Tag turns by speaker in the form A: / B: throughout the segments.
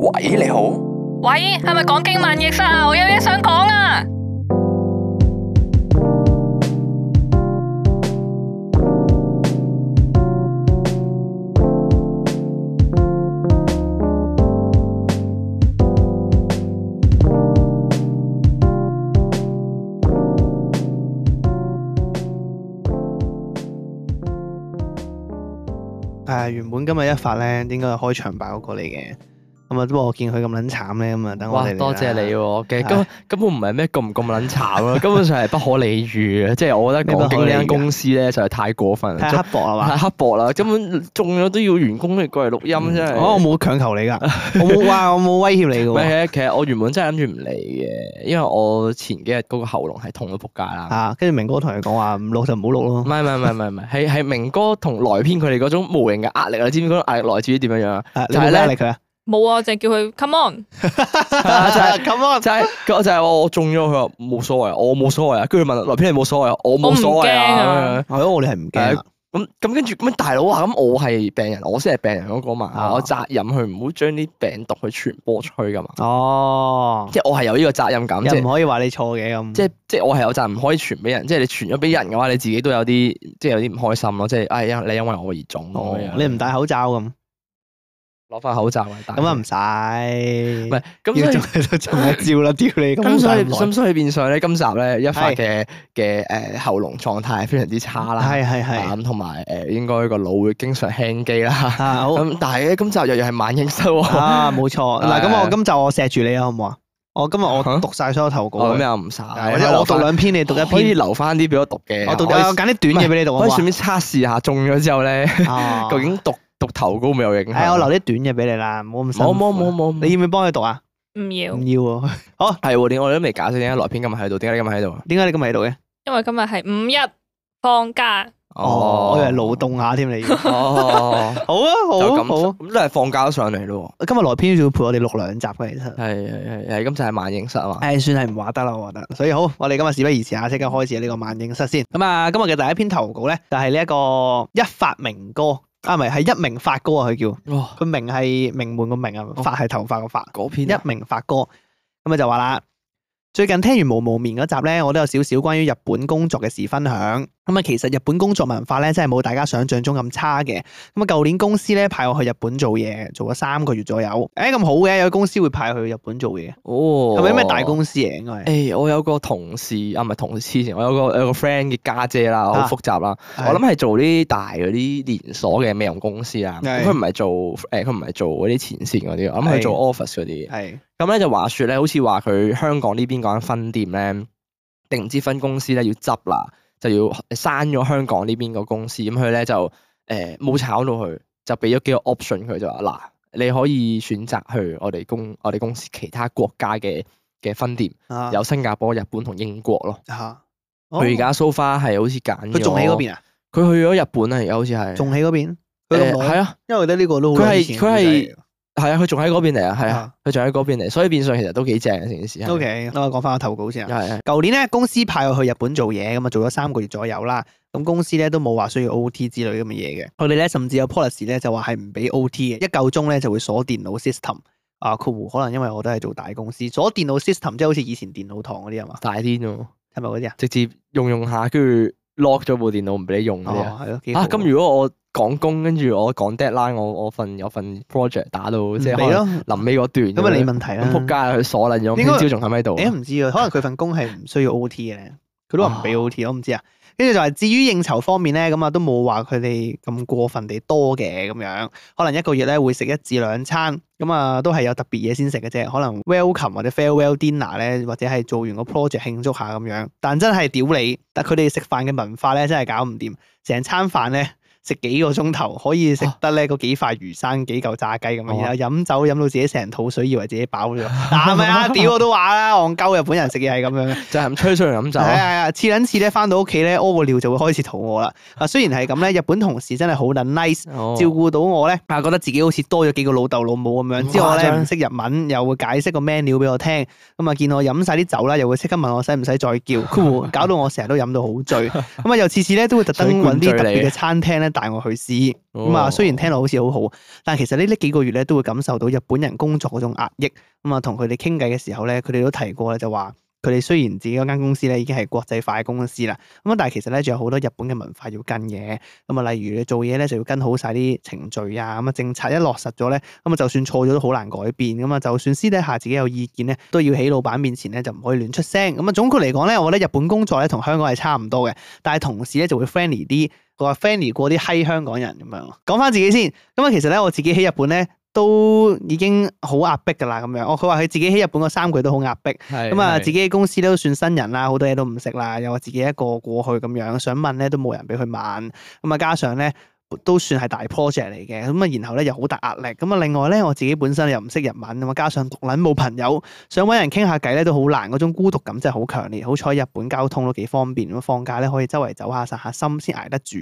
A: 喂，你好，
B: 喂，係咪講經萬應室啊？我有嘢想講啊！
C: 但係原本今日一發咧，應該係開場白嗰個嚟嘅。咁啊，不過我見佢咁撚慘咧，咁啊，等我
D: 哇！
C: 哋
D: 多謝你
C: 嚟啦
D: 喎，嘅根根本唔係咩咁唔咁撚慘 咯，根本上係不可理喻嘅。即係我覺得
C: 咩
D: 講
C: 不
D: 經
C: 可
D: 呢
C: 理喻
D: 間公司咧，實在太過分啦，
C: 太刻薄啊啦
D: 太
C: 嘛。
D: 刻薄啦，根本中咗都要員工嚟過嚟錄音，真 係。
C: 哦，我冇強求 你㗎，我冇話我冇威脅你
D: 唔
C: 㗎喎。
D: 係，其實其實我原本真係諗住唔嚟嘅，因為我前幾日嗰個喉嚨係痛到仆街啦。
C: 啊，跟住明哥同佢講話唔錄就唔好錄
D: 唔
C: 咯。
D: 係唔係唔係唔係唔係，係係明哥同萊編佢哋嗰種無形嘅壓力啊！你知唔知嗰種壓力來自於點樣 樣啊？
C: 啊，你
D: 就係
C: 冇
D: 咧
C: 壓力佢啊。
E: 冇啊，淨係叫佢 come on，
D: 就係
C: Come on！
D: 就係就係我我中咗佢話冇所謂，我冇所謂啊！跟住問萊編你冇所謂啊？我
E: 我唔
D: 冇所謂
E: 驚啊
D: 啊！咁樣
C: 係咯，我哋係唔驚啊。
D: 咁咁跟住咁大佬啊，咁我係病人，我先係病人嗰個嘛，
C: 啊
D: 我責任去唔好將啲病毒去傳播出去噶嘛，
C: 哦，
D: 即係我係有呢個責任感，即
C: 又唔
D: 係
C: 可以話你錯嘅咁。
D: 即係即係我係有責任唔可以傳俾人，即係你傳咗俾人嘅話，你自己都有啲即係有啲唔開心咯，即係唉因你因為我而中
C: 哦
D: 咁樣，
C: 你唔戴口罩咁，
D: 攞翻口罩嚟戴
C: 咁啊唔
D: 唔
C: 使。
D: 係咁
C: 要
D: 所以
C: 做。喺度做一招啦，屌你咁
D: 咁所以
C: 咁
D: 咁所以變相咧，今集咧一發
C: 係
D: 嘅嘅誒喉嚨狀態係非常之差啦，啊
C: 係係係
D: 咁同埋誒應該個腦會經常輕機啦。
C: 啊好
D: 咁但係咧，今集又又係萬應收喎。
C: 啊，冇錯。嗱，咁我
D: 誒
C: 今集我錫住你啊，好唔好啊？我今日我
D: 嚇
C: 讀晒所有投稿
D: 我
C: 嘅。
D: 哦
C: 啊
D: 咩又啊唔晒，
C: 或者我讀兩篇，你讀一
D: 可以
C: 篇，
D: 留翻啲俾我讀嘅。
C: 我讀
D: 可
C: 我
D: 以
C: 揀啲短嘢俾你讀好
D: 可以
C: 唔好
D: 順便測試下中咗之後咧，
C: 啊？
D: 究竟讀讀頭高咪有影響？
C: 係我留啲短嘢俾你啦，唔好咁辛苦
D: 冇冇冇冇，
C: 你要唔要幫佢讀啊？
E: 唔要
C: 唔，要喎。
D: 係喎？點我哋都未解釋點解萊編今日喺度，點解你今日喺度啊？
C: 點解你今日喺度嘅？
E: 因為今日係五一放假，
C: 哦，我以為勞動下添 你要。
D: 哦，
C: 好啊， 好
D: 就
C: 啊，
D: 咁
C: 好啊。
D: 咁都係放假咗上嚟咯
C: 今日來篇要陪我哋錄兩集嘅，其實
D: 喎。係係係係，咁就係萬應室啊嘛。
C: 誒算係唔話得啦，我覺得。所以好，我哋今日事不宜遲啊，即刻開始呢個萬應室先。咁啊，今日嘅第一篇投稿咧，就係呢一個一發明哥啊，唔係係一名發哥啊，佢叫
D: 哇，
C: 佢名係名門個名啊，
D: 哦
C: 發係頭髮個發。
D: 嗰篇啊
C: 一名發哥，咁啊就話啦，最近聽完毛毛面嗰集咧，我都有少少關於日本工作嘅事分享。咁啊，其實日本工作文化咧，真係冇大家想象中咁差嘅。咁啊，舊年公司咧派我去日本做嘢，做咗三個月左右。誒、咁好嘅，有公司會派去日本做嘢，
D: 哦，
C: 係咪咩大公司嚟？應該係。
D: 誒，我有個同事啊，唔係同事之前，我有個有個 friend 嘅家姐啦，好
C: 啊
D: 複雜啦。
C: 係
D: 我諗係做啲大嗰啲連鎖嘅美容公司啦，
C: 係
D: 咁佢唔係做誒，佢唔係做嗰啲前線嗰啲，我諗
C: 係
D: 佢做 office 嗰啲。
C: 係
D: 咁咧就話説咧，好似話佢香港呢邊嗰間分店咧，定唔知分公司咧要執啦，就要刪咗香港呢邊個公司，咁佢咧就誒冇炒到佢，就俾咗幾個 option 佢就話嗱，你可以選擇去我哋公我哋公司其他國家嘅嘅分店。
C: 啊
D: 有新加坡、日本同英國咯。
C: 嚇。哦
D: 佢而家 so far 係好似揀咗
C: 佢仲喺嗰，邊啊？
D: 佢去咗日本啊，而家好似係
C: 仲喺嗰邊？佢
D: 誒
C: 咁耐
D: 係啊，
C: 因為我覺得呢個都好
D: 佢係
C: 耐以前嘅
D: 佢係
C: 故仔嚟
D: 係啊，佢仲喺嗰邊嚟啊，係
C: 啊
D: 啊，佢仲喺嗰邊嚟，所以變相其實都幾正啊嘅成件事係。
C: 嘅 OK，等我講翻個投稿先啊。
D: 係係
C: 舊年咧，公司派我去日本做嘢，咁啊做咗三個月左右啦。咁公司咧都冇話需要 O T 之類咁嘅嘢嘅。我哋咧甚至有 policy 咧就話係唔俾 O T 嘅，一夠鐘咧就會鎖電腦 system。啊，括弧可能因為我都係做大公司，鎖電腦 system 即係好似以前電腦堂嗰啲啊嘛，
D: 大癲喎，
C: 係咪嗰啲啊？
D: 直接用用下，跟住 lock 咗部電腦唔俾你用嗰啲啊。
C: 哦，係咯，幾好
D: 啊，咁如果我趕工，跟住我趕 deadline，我我份有份 project 打到即
C: 嗯
D: 係
C: 唔俾
D: 可
C: 咯，
D: 能臨尾嗰段
C: 咁啊你
D: 樣
C: 問題啦
D: 咁。仆街啊佢鎖撚咗，
C: 應
D: 聽
C: 該
D: 朝仲喺咪度啊？
C: 誒唔知啊，可能佢份工係唔需要 O T 嘅咧，佢都話唔俾 O T，我唔知啊。跟住就係至於應酬方面咧，咁啊都冇話佢哋咁過分地多嘅咁樣，可能一個月咧會食一至兩餐，咁啊都係有特別嘢先食嘅啫，可能 welcome 或者 farewell dinner 咧，或者係做完個 project 慶祝下咁樣。但真係屌你，但佢哋食飯嘅文化咧真係搞唔掂，成餐飯咧。食幾個鐘頭可以食得咧嗰幾塊魚生幾嚿炸雞咁樣，
D: 哦
C: 然後飲酒飲到自己成肚水，以為自己飽咗。嗱咪啊，屌我都話啦，戇鳩日本人食嘢係咁樣嘅。
D: 就係咁吹水嚟飲酒
C: 係啊
D: 啊。
C: 係啊，次撚次咧翻到屋企咧屙個尿就會開始肚餓啦。啊雖然係咁咧，日本同事真係好撚 nice。
D: 哦
C: 照顧到我嗯咧，啊覺得自己好似多咗幾個老豆老母咁樣。之後
D: 咁誇
C: 咧
D: 張
C: 唔識日文，又會解釋個 menu 俾我聽。咁啊見我飲晒啲酒啦，又會即刻問我使唔使再 叫，括弧搞到我成日都飲到好醉。咁啊又次次咧都會特登
D: 水
C: 揾
D: 灌
C: 啲
D: 醉
C: 特
D: 你
C: 別嘅餐廳咧咧帶我去試。
D: 哦
C: 咁啊，雖然聽落好似好好，但其實呢呢幾個月咧都會感受到日本人工作嗰種壓抑。咁啊，同佢哋傾偈嘅時候咧，佢哋都提過咧，就話佢哋雖然自己嗰間公司咧已經係國際化嘅公司啦，咁啊，但係其實咧仲有好多日本嘅文化要跟嘅。咁啊，例如你做嘢咧就要跟好晒啲程序啊，咁啊政策一落實咗咧，咁啊就算錯咗都好難改變。咁啊，就算私底下自己有意見咧，都要喺老闆面前咧就唔可以亂出聲。咁啊，總括嚟講咧，我覺得日本工作咧同香港係差唔多嘅，但係同時咧就會 friendly 啲。佢話 Fanny 過啲閪香港人咁樣。講翻自己先，咁啊其實咧我自己喺日本咧都已經好壓迫㗎啦咁樣。哦，佢話佢自己喺日本嗰三個月都好壓迫。咁
D: 咁
C: 啊，自己公司都算新人啦，好多嘢都唔識啦，又話自己一個過去咁樣，想問咧都冇人俾佢問。咁啊，加上咧都算係大 project 嚟嘅，咁啊，然後咧又好大壓力。咁啊，另外咧我自己本身又唔識日文，咁啊，加上獨撚冇朋友，想揾人傾下偈咧都好難，嗰種孤獨感真係好強烈。好彩日本交通都幾方便，咁啊放假咧可以周圍走下、散下心，先捱得住。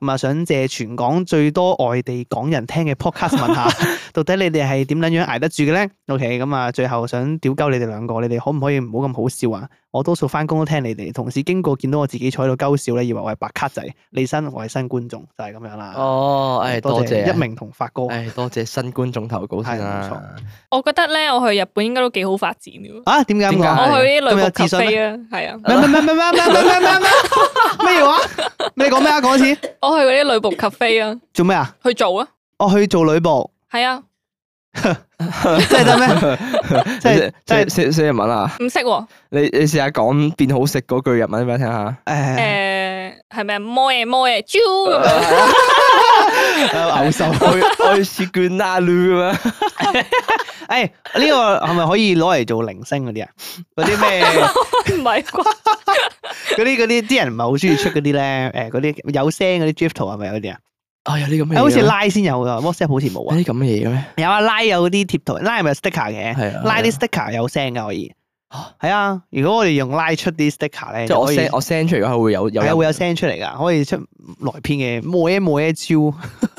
C: 咁啊，想借全港最多外地港人聽嘅 podcast 問下。到底你哋係點撚樣捱得住嘅咧？OK，咁啊，最後想屌鳩你哋兩個，你哋可唔可以唔好咁好笑啊？我多數翻工都聽你哋，同事經過見到我自己坐喺度鳩笑咧，以為我係白卡仔。李生，我係新觀眾，就係、咁樣啦。
D: 哦，誒多謝
C: 一鳴同發哥。
D: 誒多謝新觀眾投稿先啊
C: 係冇
D: 啦
C: 錯。
E: 我覺得咧，我去日本應該都幾好發展嘅。
C: 啊？點解咁
D: 點解
E: 我
D: 係
C: 講？
E: 去啲
C: 咁
E: 女仆
C: 有自
E: 咖
C: 信
E: 啡啊，係啊，
C: 咩咩咩咩咩咩咩咩咩咩咩話？你講咩啊？講一次
E: 我去嗰啲女仆咖啡啊，
C: 做咩啊？
E: 去做啊，
C: 我去做女仆，
E: 係啊，
C: 真係得 咩？真係
D: 即
C: 真係
D: 係識識日文啊！
E: 唔識喎，
D: 你你試下講變好食嗰句日文俾我聽 下。
C: 誒
E: 誒，係咪啊摸嘢摸嘢，啾咁樣，
C: 牛手。
D: 我我試卷啦咁 啊！
C: 誒哎呢個係咪可以攞嚟做鈴聲嗰啲啊？嗰啲 咩？
E: 唔係啩？
C: 嗰啲嗰啲啲人唔係好中意出嗰啲咧，誒嗰啲有聲嗰啲 GIF 圖係咪有啲啊？
D: 啊有啲咁嘅
C: 誒
D: 嘢嘅，
C: 好似拉先有㗎，WhatsApp 好似冇
D: 有
C: 啊。
D: 啲咁嘅嘢嘅咩？
C: 有啊，拉有啲貼圖，拉係咪 sticker 嘅？
D: 係啊，
C: 拉啲
D: 係
C: sticker 有聲㗎可以。
D: 啊
C: 係啊，如果我哋用拉出啲 sticker
D: 啊
C: 咧，
D: 即係
C: 就
D: 我
C: 可以
D: send 我 send 出嚟嘅係會有有
C: 係啊
D: 人
C: 會有聲出嚟㗎，可以出萊編嘅冇嘢冇嘢招，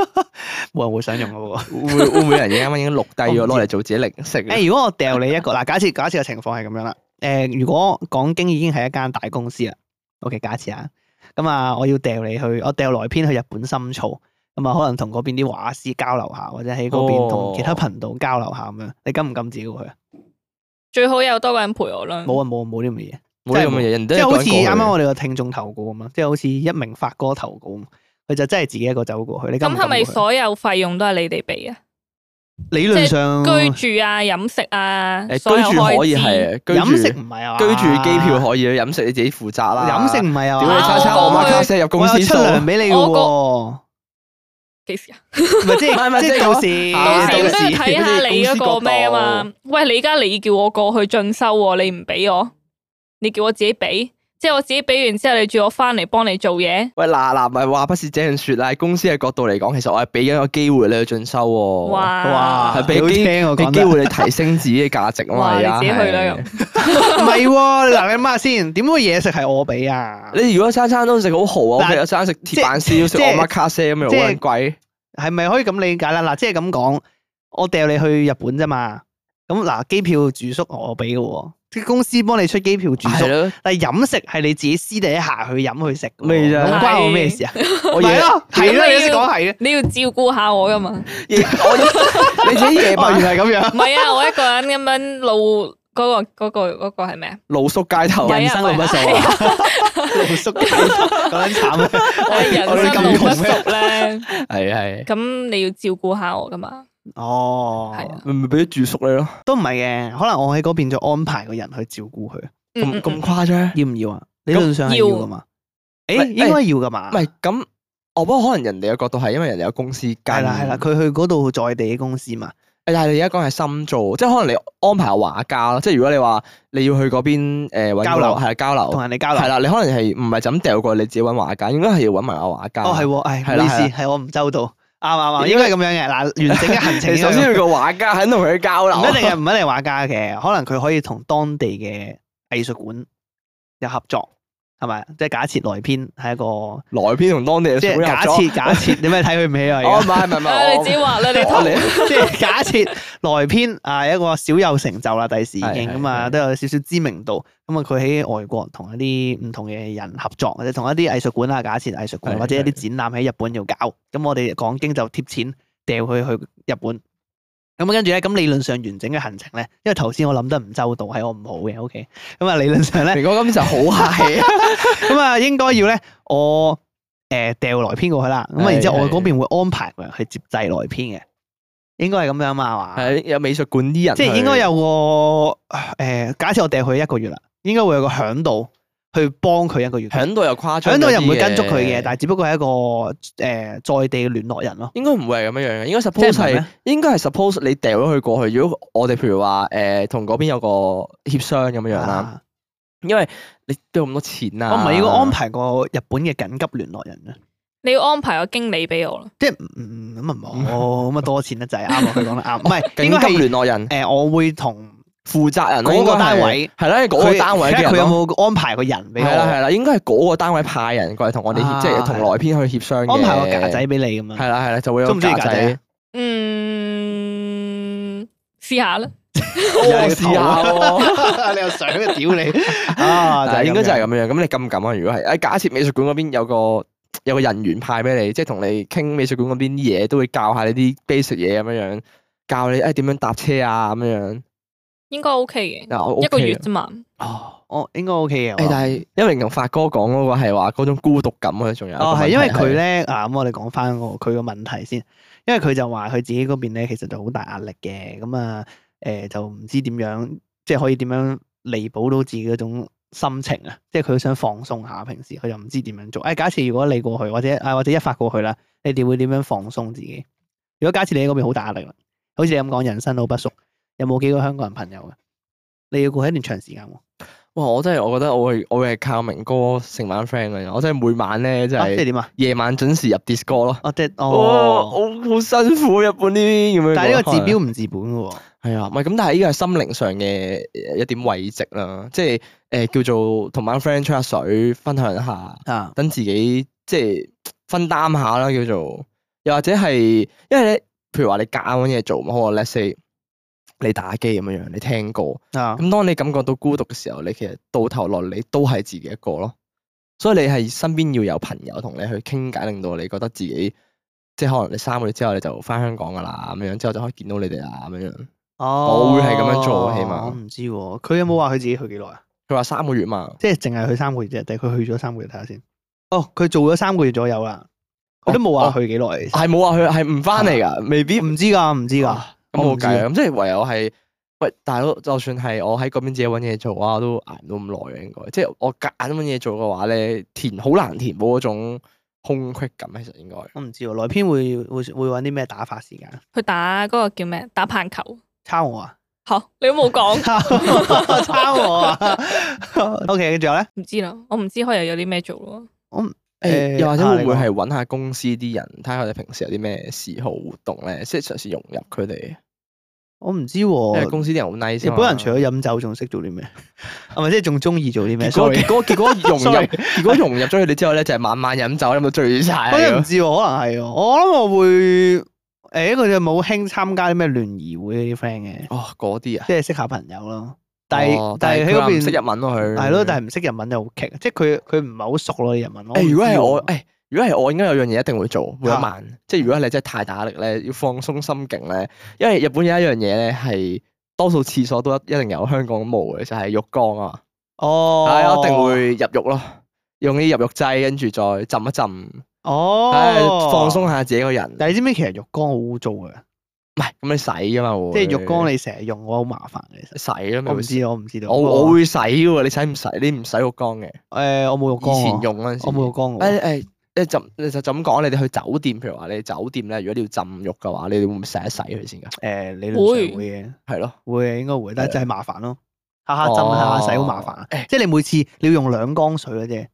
C: 冇人會想用㗎喎。
D: 會會唔會有人啱啱已經錄低咗
C: 我唔知
D: 攞嚟做自己零食？
C: 誒，如果我掉你一個嗱，假設假設嘅情況係咁樣啦。誒、如果港經已經係一間大公司啦，OK，假設啊，咁啊，我要掉你去，我掉萊編去日本深造，咁啊，可能同嗰邊啲畫師交流下，或者喺嗰邊同
D: 哦
C: 其他頻道交流下咁樣，你禁唔禁止佢啊？
E: 最好有多個人陪我啦。
C: 冇啊，冇啊，冇呢咁嘅嘢，
D: 冇啲咁嘅嘢，人
C: 即
D: 哋
C: 係好似啱啱
D: 我
C: 我哋個聽眾投稿咁啊，即係好似一名發哥投稿咁，佢就真係自己一個走過去。你禁唔
E: 咁
C: 禁
E: 係咪
C: 佢啊
E: 所有費用都係你哋俾啊？
C: 理論上
E: 居住啊、飲食啊，
D: 誒
E: 所有
D: 居住可以
E: 開支
D: 係居
C: 飲食
D: 住
C: 唔係啊？
D: 居住機票可以，飲食你自己負責啦。
C: 飲食唔係啊？
D: 屌你
E: 啊
D: 叉叉
E: 我
D: 我媽
E: 去
D: 卡西入公
C: 我
D: 司
C: 有出
D: 數，
C: 糧俾你嘅
E: 我個
C: 喎。
E: 幾時啊？
C: 唔係即
D: 唔係唔
C: 係
D: 係
C: 即
D: 即
C: 係
D: 係
C: 到
D: 講
C: 時
E: 到
D: 啊
E: 時
D: 到
E: 都
D: 時
E: 要睇下你嗰個咩啊
D: 公
E: 嘛。喂，你而家你叫我過去進修喎，你唔俾我，你叫我自己俾，即係我自己俾完之後，你叫我翻嚟幫你做嘢。
D: 喂嗱嗱，唔係話不是這樣説啦。喺公司嘅角度嚟講，其實我係俾緊個機會你去進修喎。
E: 哇
C: 哇，
D: 係俾
C: 好
D: 機
C: 聽我
D: 俾
C: 講
D: 機
C: 得，唔
D: 會你提升自己嘅價 值啊嘛。
E: 哇，
D: 而家
E: 你自己去啦
D: 係
E: 咁。
C: 係喎。嗱，你諗下先，點會嘢食係我俾啊？
D: 你如果餐餐都食好豪
C: 嗱
D: 啊，屋企有餐食鐵板燒，食
C: 即係
D: 我媽卡西咁樣好
C: 即係
D: 撚貴。
C: 係咪可以咁理解啦？嗱，即係咁講，我掉你去日本啫嘛。咁嗱，機票住宿我俾嘅喎，啲公司幫你出機票住宿
D: 係，咯，
C: 但係飲食係你自己私底下去飲去食嘅喎，
D: 咪就係
C: 咁關我咩事啊？
D: 我
C: 咪
D: 夜
C: 係咯，係
E: 咁
C: 咯，你
E: 你
C: 一
E: 要
C: 直講係嘅。
E: 你要照顧下我噶嘛？
D: 夜 我夜你自己夜
C: 哦，
D: 晚
C: 原來咁樣
E: 唔，係啊，我一個人咁樣路嗰個嗰個嗰個係咩啊？
D: 露宿街頭，
E: 喂
C: 人生路不熟啊，露宿街頭咁撚慘啊！
E: 我係
C: 我哋
E: 人生
C: 咁
E: 路不
C: 窮咩
E: 熟咧，
D: 係係
E: 咁你要照顧下我噶嘛？
C: 哦，
E: 係啊
D: 咪咪俾咗住宿你咯。
C: 都唔係嘅，可能我喺嗰邊再安排個人去照顧佢。
E: 嗯
D: 咁
E: 嗯
D: 咁誇張？
C: 要唔要啊？理論上係
E: 要
C: 要噶嘛？
D: 喂
C: 誒，應該要噶嘛？
D: 唔係咁，我不過可能人哋嘅角度係因為人哋有公司間。
C: 係啦係啦，佢去嗰度在地嘅公司嘛，
D: 但係你而家講係深造，即係可能你安排畫家咯。即係如果你話你要去嗰邊誒揾
C: 交流
D: 係啊交流
C: 同，人哋交流
D: 係。啦，你可能係唔係就咁掉過你自己揾畫家，應該係要揾埋個畫家。
C: 哦，係喎，唉，唔好
D: 係啦
C: 意
D: 係
C: 思，係我唔周到。啱啱啱，應
D: 應
C: 該係咁樣嘅。 嗱，完整嘅行程
D: 你
C: 應該
D: 首先要個畫家喺度同佢交流。
C: 唔一定 係唔一定係畫家嘅，可能佢可以同當地嘅藝術館有合作。係咪？即係假設來篇係一個，
D: 萊編同當地嘅
C: 即
D: 水
C: 係
D: 合
C: 假
D: 作
C: 設假 設，你咪睇佢唔起啊！
D: 哦，
C: 而
D: 唔
C: 家
D: 係唔係唔
E: 啊
D: 係，
E: 你自己
D: 我
E: 話啦，你
D: 我嚟
C: 即係假設來篇啊一個小有成就啦，第時已經
D: 係係
C: 咁啊
D: 係
C: 都有少少知名度。咁啊佢喺外國同一啲唔同嘅人合作，或者同一啲藝術館啊，假設藝術館
D: 係
C: 或者一啲展覽喺日本要搞，咁我哋講經就貼錢掉佢去日本。咁跟住咧，咁理論上完整嘅行程咧，因為頭先我諗得唔周到，係我唔好嘅，OK。咁啊理論上咧，
D: 蘋果今次就好客氣啊，
C: 咁啊應該要咧我誒掉萊編過去啦。咁啊
D: 係
C: 然之後我
D: 係
C: 嗰邊會安排人去接濟萊編嘅，應該係咁樣嘛係嘛？
D: 係有美術館啲人去，
C: 即係應該有個誒、呃假設我掟佢一個月啦，應該會有個響度去幫佢一個月。
D: 響度又誇張，
C: 響度又唔會跟足佢嘅，但係只不過係一個誒、呃在地聯絡人咯。
D: 應該唔會係咁樣樣嘅，應該
C: 即係
D: suppose
C: 唔係
D: 係
C: 咩
D: 應該係 suppose 你掉咗佢過去。如果我哋譬如話誒同嗰邊有個協商咁樣樣啦，
C: 啊哦
D: 因為你掉咁多錢啊，
C: 我唔係應該安排個日本嘅緊急聯絡人咩？
E: 你要安排個經理俾我啦。
C: 即係唔唔咁啊 冇咁啊多錢得滯，啱啊佢講得啱，唔係應該
D: 緊急
C: 係
D: 聯絡人、
C: 誒呃我會同
D: 負責人咯
C: 嗰
D: 應
C: 個
D: 該係
C: 單位
D: 係啦，嗰個
C: 佢
D: 單位嘅
C: 睇下佢
D: 人
C: 有
D: 咯。
C: 冇安排個人俾
D: 係啊啦係
C: 我，
D: 啦，應該係嗰個單位派人過嚟同我哋協，
C: 啊
D: 即係同萊編去協商嘅
C: 安排個架仔俾你咁樣。
D: 係啦係啦，就會有
C: 中唔中意
D: 架
C: 架仔
D: 仔
C: 啊。
E: 嗯，試下啦。
D: 我試
C: 啊
D: 下 喎。
C: 你又想啊？屌你啊！
D: 但係應該就
C: 咁樣
D: 係咁樣。咁你敢唔敢啊？如果係，誒假設美術館嗰邊有個有個人員派俾你，即係同你傾美術館嗰邊啲嘢，都會教下你啲 basic 嘢咁樣樣，教你哎誒點樣搭車啊咁樣樣。
E: 應該 OK
D: 嗱我
E: 嘅，一個
D: OK
E: 月
D: 嘅
E: 啫嘛。
D: 哦，
C: 我應該 OK 嘅。
D: 誒但係因為同發哥講嗰個係話嗰種孤獨感啊，仲有一個
C: 哦，係
D: 問
C: 因為
D: 題
C: 佢咧啊，咁我哋講翻個佢個問題先，因為佢就話佢自己嗰邊咧其實就好大壓力嘅，咁啊誒就唔知點樣，即係可以點樣彌補到自己嗰種心情啊，即係佢想放鬆下，平時佢又唔知點樣做。誒、哎假設如果你過去或者啊或者一發過去啦，你哋會點樣放鬆自己？如果假設你喺嗰邊好大壓力啦，好似你咁講人生路不熟，有冇幾個香港人朋友嘅？你要過一段長時間喎，
D: 哇！我真係我覺得我係我係靠明哥成晚 friend 嘅，我真係每晚咧真
C: 啊即係
D: 係
C: 點啊？
D: 夜晚準時入 disco 咯。
C: 哦，即係
D: 哦，
C: 哦，
D: 好好辛苦日本呢啲咁樣講。
C: 但係呢個治
D: 係啊
C: 標唔治本嘅喎。
D: 係啊，唔係咁，但係呢個係心靈上嘅呃一點慰藉啦，即係誒、呃叫做同班 friend 吹下水，分享下，
C: 啊，
D: 等自己即係分擔下啦，叫做又或者係因為咧，譬如話你夾硬揾嘢做嘛，好啊，let's say 你打機咁樣樣，你聽歌，
C: 啊，
D: 咁當你感覺到孤獨嘅時候，你其實到頭落嚟你都係自己一個咯，所以你係身邊要有朋友同你去傾偈，令到你覺得自己即係可能你三個月之後你就翻香港噶啦，咁樣之後就可以見到你哋啦，咁樣樣。
C: 哦，
D: 會係咁樣做起碼
C: 我唔知喎，佢有冇話佢自己去幾耐啊？
D: 佢話三個月嘛，
C: 即係淨係去三個月啫，定係佢去咗三個月睇下先。哦，佢做咗三個月左右啦，
D: 哦
C: 佢都冇話去幾耐其實，
D: 係冇話佢係唔翻嚟噶，未必
C: 唔知㗎，唔知㗎。
D: 啊咁
C: 我
D: 冇
C: 啊唔知
D: 計啊！咁即係唯有係喂大佬，就算係我喺嗰邊自己揾嘢做啊，我都捱唔到咁耐嘅應該。即係我夾硬揾嘢做嘅話咧，填好難填補嗰種空隙感，其實應該。
C: 我唔知喎，萊編會會會揾啲咩打發時間？
E: 去打嗰個叫咩？打棒球。
C: 抄我啊！
E: 好，你都冇
D: 哦
E: 講，
C: 抄我 抄我啊！OK，跟住有咧，
E: 唔知啦，我唔知可以有啲咩做咯。
C: 誒
D: 誒，又或者
C: 啊
D: 會唔會
C: 你講
D: 係揾下公司啲人，睇下佢哋平時有啲咩嗜好活動咧，即係嘗試融入佢哋。
C: 我唔知
D: 因為
C: 喎。
D: 公司啲人好 nice
C: 日
D: 啊嘛。
C: 本人除咗飲酒，仲識做啲咩？係咪即係仲中意做啲咩
D: 結果
C: ？sorry，
D: 結果結 果融入
C: Sorry
D: 結果融入咗佢哋之後咧，就係晚晚飲酒飲到醉晒
C: 我真係
D: 咁
C: 唔。知喎，可能係喎。我諗我會誒，佢哋冇興參加啲咩聯誼會嗰啲 friend 嘅。
D: 哦，嗰啲啊，
C: 即係識下朋友咯。但係、
D: 哦
C: 但係喺
D: 佢
C: 嗰
D: 話唔識日
C: 邊
D: 文咯，佢
C: 係咯，但係唔識日文就好棘，啊即係佢佢唔係好熟咯日文。
D: 誒，如果係
C: 誒
D: 我誒，如果係我，應該有樣嘢一定會做，每一
C: 嚇
D: 晚。即係如果你真係太大壓力咧，要放鬆心境咧，因為日本有一樣嘢咧係多數廁所都一一定有香港冇嘅，就係浴缸啊嘛。
C: 哦，
D: 係啊，一定會入浴咯，用啲入浴劑，跟住再浸一浸，
C: 哦，
D: 唉，放鬆。下自己個人。
C: 但係你知唔知其實浴缸好污糟嘅，
D: 唔係咁你洗噶嘛
C: 即
D: 會，
C: 係浴缸你成日用，我好麻煩嘅。其實
D: 洗咯，咪
C: 我唔
D: 會洗。
C: 知，我唔知道。不
D: 我
C: 過
D: 我會洗喎，你洗唔洗？你唔洗浴缸嘅，
C: 誒，我冇浴缸
D: 以前
C: 喎，
D: 用嗰陣時。
C: 我冇浴缸
D: 誒
C: 喎。
D: 誒，誒就你就就咁講，你哋去酒店，譬如話你哋酒店咧，如果你要浸浴嘅話，你哋會唔會洗一洗佢先㗎？
C: 誒，理論
E: 會
C: 上會嘅，
D: 係咯，
C: 會嘅應該會，但係就係麻煩咯。下下浸
D: 哦
C: 下下洗好麻煩啊，即係你每次你要用兩缸水嘅啫。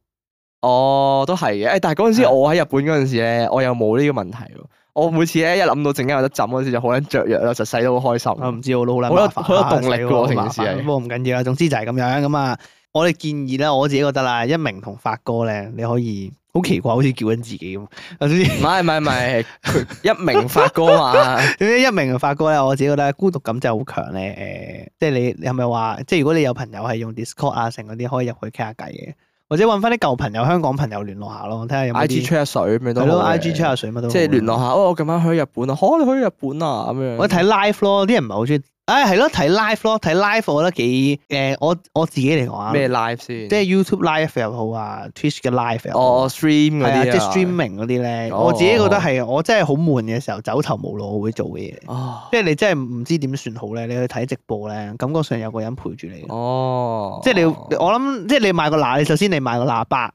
D: 哦，都係嘅。誒，但係嗰陣時
C: 係
D: 我喺日本嗰陣時咧，我又冇呢個問題喎。我每次咧一諗到陣間有得浸嗰陣時，就好撚雀躍啦，就洗到好開
C: 我
D: 心。
C: 啊唔知，我都好撚
D: 好有
C: 麻煩
D: 好有動力㗎喎
C: 啊
D: 成件事係
C: 不過唔緊要啦，總之就係咁樣咁啊。我哋建議咧，我自己覺得啦，一鳴同發哥咧，你可以好奇怪，好似叫緊自己咁。啊總之
D: 唔係唔係唔係，佢一鳴發哥嘛，
C: 總之一鳴同發哥咧，我自己覺得孤獨感真係好強咧。誒、即係你你係咪話，即係如果你有朋友係用 Discord 啊，成嗰啲可以入去傾下偈嘅，或者揾翻啲舊朋友、香港朋友聯絡下咯，睇 下有冇
D: I G
C: 啲
D: 吹下水咁樣都
C: 係
D: 好
C: 咯
D: 嘅
C: ，IG 吹下啊水乜都好
D: 即係聯絡下。哦，我近晚去日本啊，可你去日本啊咁樣。
C: 我睇 live 咯，啲人唔係好中意。唉，係咯，睇 live 咯，睇 live 我覺得幾誒、我我自己嚟講啊，
D: 咩 live
C: 即
D: 先？
C: 係 YouTube live 又好啊，Twitch 嘅 live 又好啊
D: 哦 stream 嗰
C: 係啊，即
D: 啲
C: 係
D: 啊
C: streaming 嗰啲咧，
D: 哦
C: 我自己覺得係我真係好悶嘅時候，走投無路我會做嘅嘢，
D: 哦
C: 即係你真係唔知點算好咧。你去睇直播咧，感覺上有個人陪住你，
D: 哦，
C: 即係你我諗，即係你買個喇，你首先你買個喇叭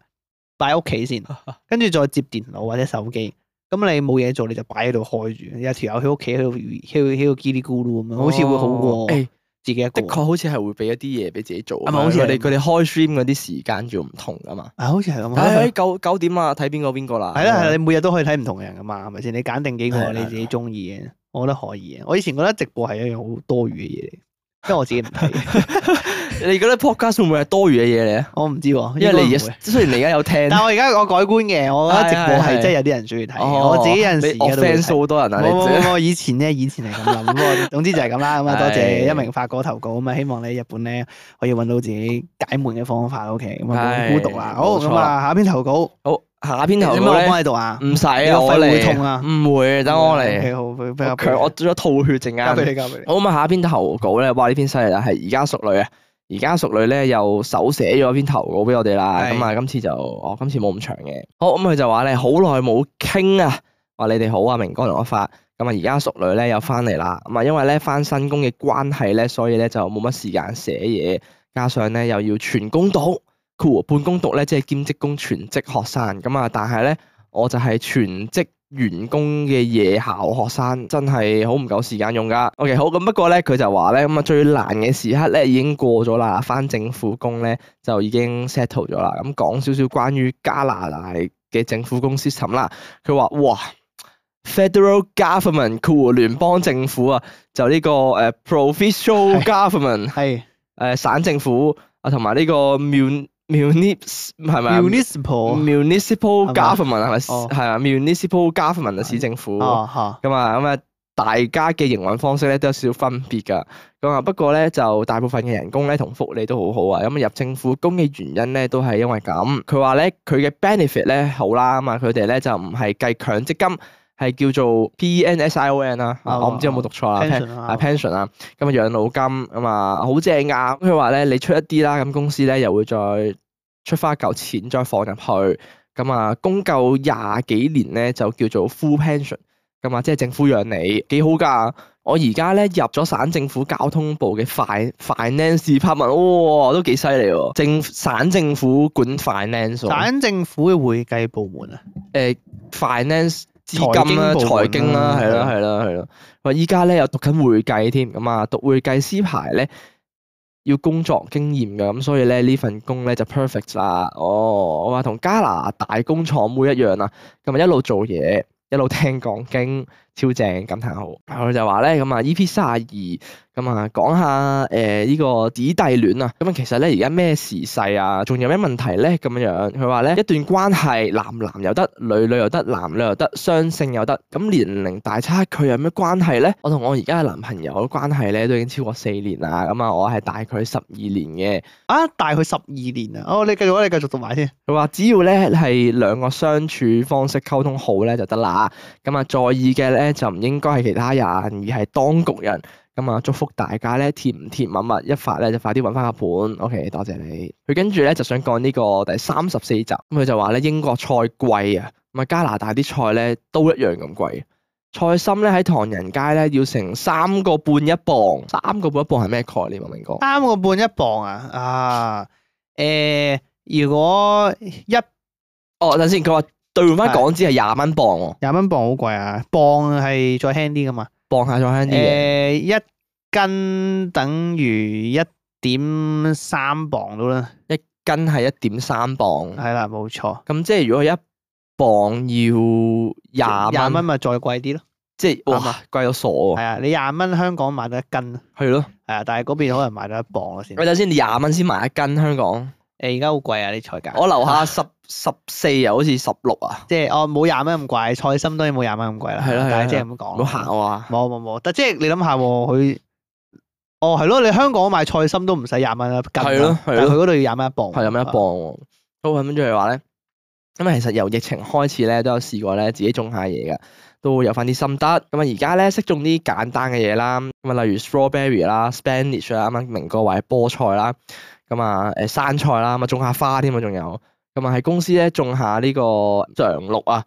C: 擺喺屋企 先，跟住再接電腦或者手機。咁你冇嘢做，你就擺喺度開住，有條友喺屋企喺度喺度喺度叽哩咕嚕咁樣，好似會好過
D: 哦誒
C: 自己一個
D: 的。確好似係會俾一啲嘢俾自己做㗎
C: 係
D: 嘛，
C: 咪好似
D: 佢
C: 係
D: 哋佢哋開 stream 嗰啲時間仲唔同噶嘛？
C: 啊，好似係咁啊。
D: 唉，九九點啊，睇邊個邊個啦？
C: 係啦係啦，你每日都可以睇唔同嘅人噶嘛，係咪先？你揀定幾
D: 係
C: 個
D: 係
C: 你自己中意嘅，我覺得可以嘅。我以前覺得直播係一樣好多餘嘅嘢嚟，因為我自己唔 睇，
D: 你覺得 podcast 會唔會係多餘嘅嘢嚟啊？
C: 我唔知喎。
D: 因為你
C: 應該
D: 而
C: 唔
D: 家
C: 會
D: 雖然你而家有聽，
C: 但我而家我改觀嘅，我覺得直播
D: 係係
C: 係
D: 係
C: 真係有啲人中意睇嘅。
D: 哦
C: 我自己有陣時
D: 你
C: 而家都會
D: offend
C: 睇。
D: 好多人啊！
C: 冇
D: 你
C: 冇
D: 自
C: 冇
D: 己
C: 冇，以前咧，以前係咁諗。不 過總之就係咁啦。咁啊，多謝
D: 係
C: 一名發哥投稿咁啊，希望你日本咧可以揾到自己解悶嘅方法。O K，咁啊，冇
D: 係
C: 咁孤獨啦。好
D: 冇錯
C: 咁啊，下篇投稿，
D: 好下篇
C: 你
D: 頭
C: 有
D: 咧
C: 冇我幫你讀啊？
D: 唔使
C: 你個
D: 啊，
C: 肺
D: 我嚟
C: 會痛啊
D: 唔會等我
C: O K，
D: 嚟。
C: 好，俾俾
D: 我
C: 我
D: 強我咗吐血陣
C: 交俾你，
D: 間。
C: 交俾你。
D: 好咁啊，下篇投稿咧，哇！呢篇犀利啦，係而家熟女啊，而家熟女咧又手寫咗篇投稿俾我哋啦。
C: 係
D: 咁啊，今次就哦，今次冇咁長嘅。好咁，佢就話咧，好耐冇傾啊，話你哋好啊，明哥同我發。咁啊，而家熟女咧又翻嚟啦。咁啊，因為咧翻新工嘅關係咧，所以咧就冇乜時間寫嘢，加上咧又要全工讀。cool 半工讀咧，即係兼職工全職學生咁啊，但係咧我就係全職員工嘅夜校學生，真係好唔夠時間用噶。OK，好咁，不過咧佢就話咧咁啊，最難嘅時刻咧已經過咗啦，翻政府工咧就已經 settle 咗啦。咁講少少關於加拿大嘅政府工 system 啦，佢話哇。Federal government cool 聯邦政府啊，就呢、個誒 provincial
C: 係
D: government
C: 係
D: 誒、省政府啊，同埋呢個 mun munis 係咪啊
C: municipal
D: municipal
C: 哦係咪啊
D: government 係咪
C: 哦
D: 係啊 municipal government 啊市政府
C: 哦嚇。
D: 咁啊咁啊。大家嘅營運方式咧都有少少分別㗎，咁啊不過咧就大部分嘅人工咧同福利都好好啊，咁入政府工嘅原因咧都係因為咁，佢話咧佢嘅 benefit 咧好啦，咁啊佢哋咧就唔係計強積金，係叫做 PNSION 啦，啊
C: 哦
D: 我唔知有冇讀錯啦
C: pension
D: 啊
C: 啊
D: pension 啊，咁啊養老金咁啊好正噶，咁佢話咧你出一啲啦，咁公司咧又會再出翻嚿錢再放入去，咁啊供夠廿幾年咧就叫做 full pension，咁啊即係政府養你，幾好噶。我而家咧入咗省政府交通部嘅 fi- finance department，哇、都幾犀利喎！政省政府管 finance，喎
C: 省政府嘅會計部門啊，
D: 誒 finance 資金啦、
C: 財經部門啊
D: 財經啦，
C: 啦
D: 係啦係啦係啦。話依家咧又讀緊會計添，咁啊讀會計師牌咧要工作經驗嘅，咁所以咧呢份工咧就 perfect 啦。哦，我話同加拿大工廠妹一樣啊，咁啊一路做嘢。一路聽講經，超正感嘆號。佢就話咧咁啊，E.P. 三廿二咁啊，講下誒呢個姊弟戀啊。咁啊，其實咧而家咩時勢啊，仲有咩問題咧？咁樣樣佢話咧一段關係，男男又得，女女又得，男女又得，雙性又得。咁年齡大差距有咩關係咧？我同我而家嘅男朋友嘅關係咧都已經超過四年啦。咁啊，我係大佢十二年嘅。
C: 啊大佢十二年啊，哦你繼續啊，你繼續讀埋先，
D: 佢話只要咧係兩個相處方式溝通好咧就得啦。咁啊，在意嘅咧就唔應該係其他人，而係當局人。咁啊，祝福大家咧甜唔甜蜜蜜一發咧就快啲揾翻個盤。OK，多謝你。佢跟住咧就想講呢個第三十四集，咁佢就話咧英國菜貴啊，咁啊加拿大啲菜咧都一樣咁貴。菜心咧喺唐人街咧要成三個半一磅，三個半一磅係咩概念啊，明哥？
C: 三個半一磅啊，啊誒、如果一
D: 哦，等先，佢話兑換翻港紙係廿蚊磅喎，
C: 廿蚊磅好貴啊，磅係再輕啲噶嘛，
D: 磅下再香
C: 誒、
D: 啲嘅。
C: 一斤等於一點三磅到啦，
D: 一斤係一點三磅，
C: 係啦冇錯，
D: 咁即係如果一磅要廿
C: 廿
D: 蚊，哦
C: 蚊咪再貴啲咯，
D: 即係
C: 啱
D: 哇
C: 啊
D: 貴到傻喎，
C: 係啊，你廿蚊香港買到一斤，
D: 係咯。
C: 係啊，但係嗰邊可能買到一磅咯先。
D: 喂，
C: 誒，
D: 等先，你廿蚊先買一斤香港，
C: 而家好貴啊啲菜價。
D: 我樓下十十四啊，好似十六啊，
C: 即係我冇廿蚊咁貴，菜心當然冇廿蚊咁貴啦。
D: 係啦係啦
C: 但係即係
D: 係
C: 咁
D: 唔
C: 講。
D: 好嚇我啊！
C: 冇冇冇，但即係你諗下喎，佢哦係咯，你香港買菜心都唔使廿蚊啦，近啦
D: 係咯係咯
C: 但係佢嗰度要廿蚊一磅，哦
D: 係啊有咩一磅喎？好咁跟住佢話咧，咁啊其實由疫情開始咧，都有試過咧自己種下嘢噶，都會有翻啲心得。咁啊而家咧識種啲簡單嘅嘢啦，咁啊例如 strawberry 啦、spinach 啦，啱啱明哥話嘅菠菜啦，咁啊誒生菜啦，咁啊種下花添啊，仲有咁啊喺公司咧種下呢個長綠啊。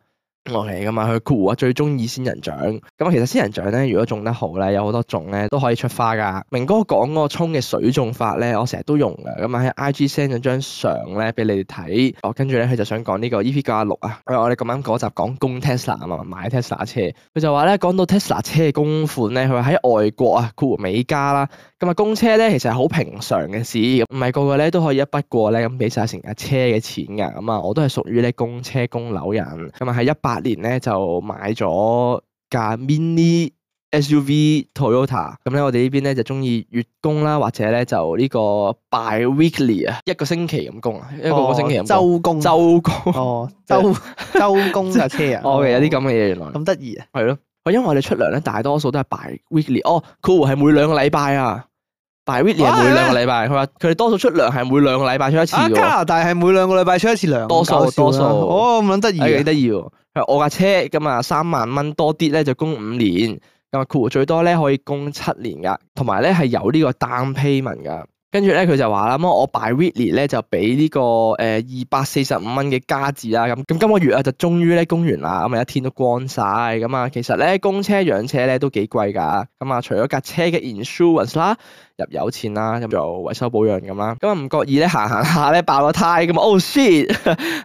D: 落嚟噶嘛，佢酷啊最中意仙人掌。咁啊，其實仙人掌咧，如果種得好咧，有好多種咧都可以出花噶。明哥講嗰個葱嘅水種法咧，我成日都用噶。咁啊喺 I G send 咗張相咧俾你哋睇。哦，跟住咧佢就想講呢個 E P 九廿六啊。因為我哋咁啱嗰集講供 Tesla 啊嘛，買 Tesla 車。佢就話咧講到 Tesla 車嘅供款咧，佢話喺外國啊，酷美加啦。咁啊，供車咧其實係好平常嘅事，唔係個個咧都可以一筆過咧咁俾晒成架車嘅錢㗎。咁啊，我都係屬於咧供車供樓人。咁啊，喺一八年咧就買咗架 mini SUV Toyota。咁咧，我哋呢邊咧就中意月供啦，或者咧就呢個 bi weekly 啊，一個星期咁供啊，一個個星期咁供。
C: 哦周公
D: 周供。
C: 哦，周周公架車啊，
D: 哦，有啲咁嘅嘢原來。
C: 咁得意啊，
D: 係咯，我因為我哋出糧咧，大多數都係 by weekly。哦，cool 係每兩個禮拜啊，by weekly
C: 啊係
D: 係每
C: 咩
D: 兩個禮拜。佢話佢哋多數出糧係每兩個禮拜出一次
C: 啊
D: 嘅
C: 加
D: 喎，
C: 拿大係每兩個禮拜出一次糧，
D: 多數
C: 好搞笑啊
D: 多數
C: 哦咁撚得意
D: 哎係幾
C: 啊，
D: 得意喎。佢話我架車咁啊，三萬蚊多啲咧就供五年，咁啊 cool 最多咧可以供七年噶，同埋咧係有呢個 down payment 噶。跟住咧佢就話啦，咁我 by weekly 咧就俾呢、個誒二百四十五蚊嘅加字啦，咁咁今個月啊就終於咧供完啦，咁啊一天都光晒。咁啊其實咧供車養車咧都幾貴㗎，咁啊除咗架車嘅 insurance 啦，入油錢啦，咁做維修保養咁啦，咁啊唔覺意咧行行下咧爆咗胎咁啊，oh shit！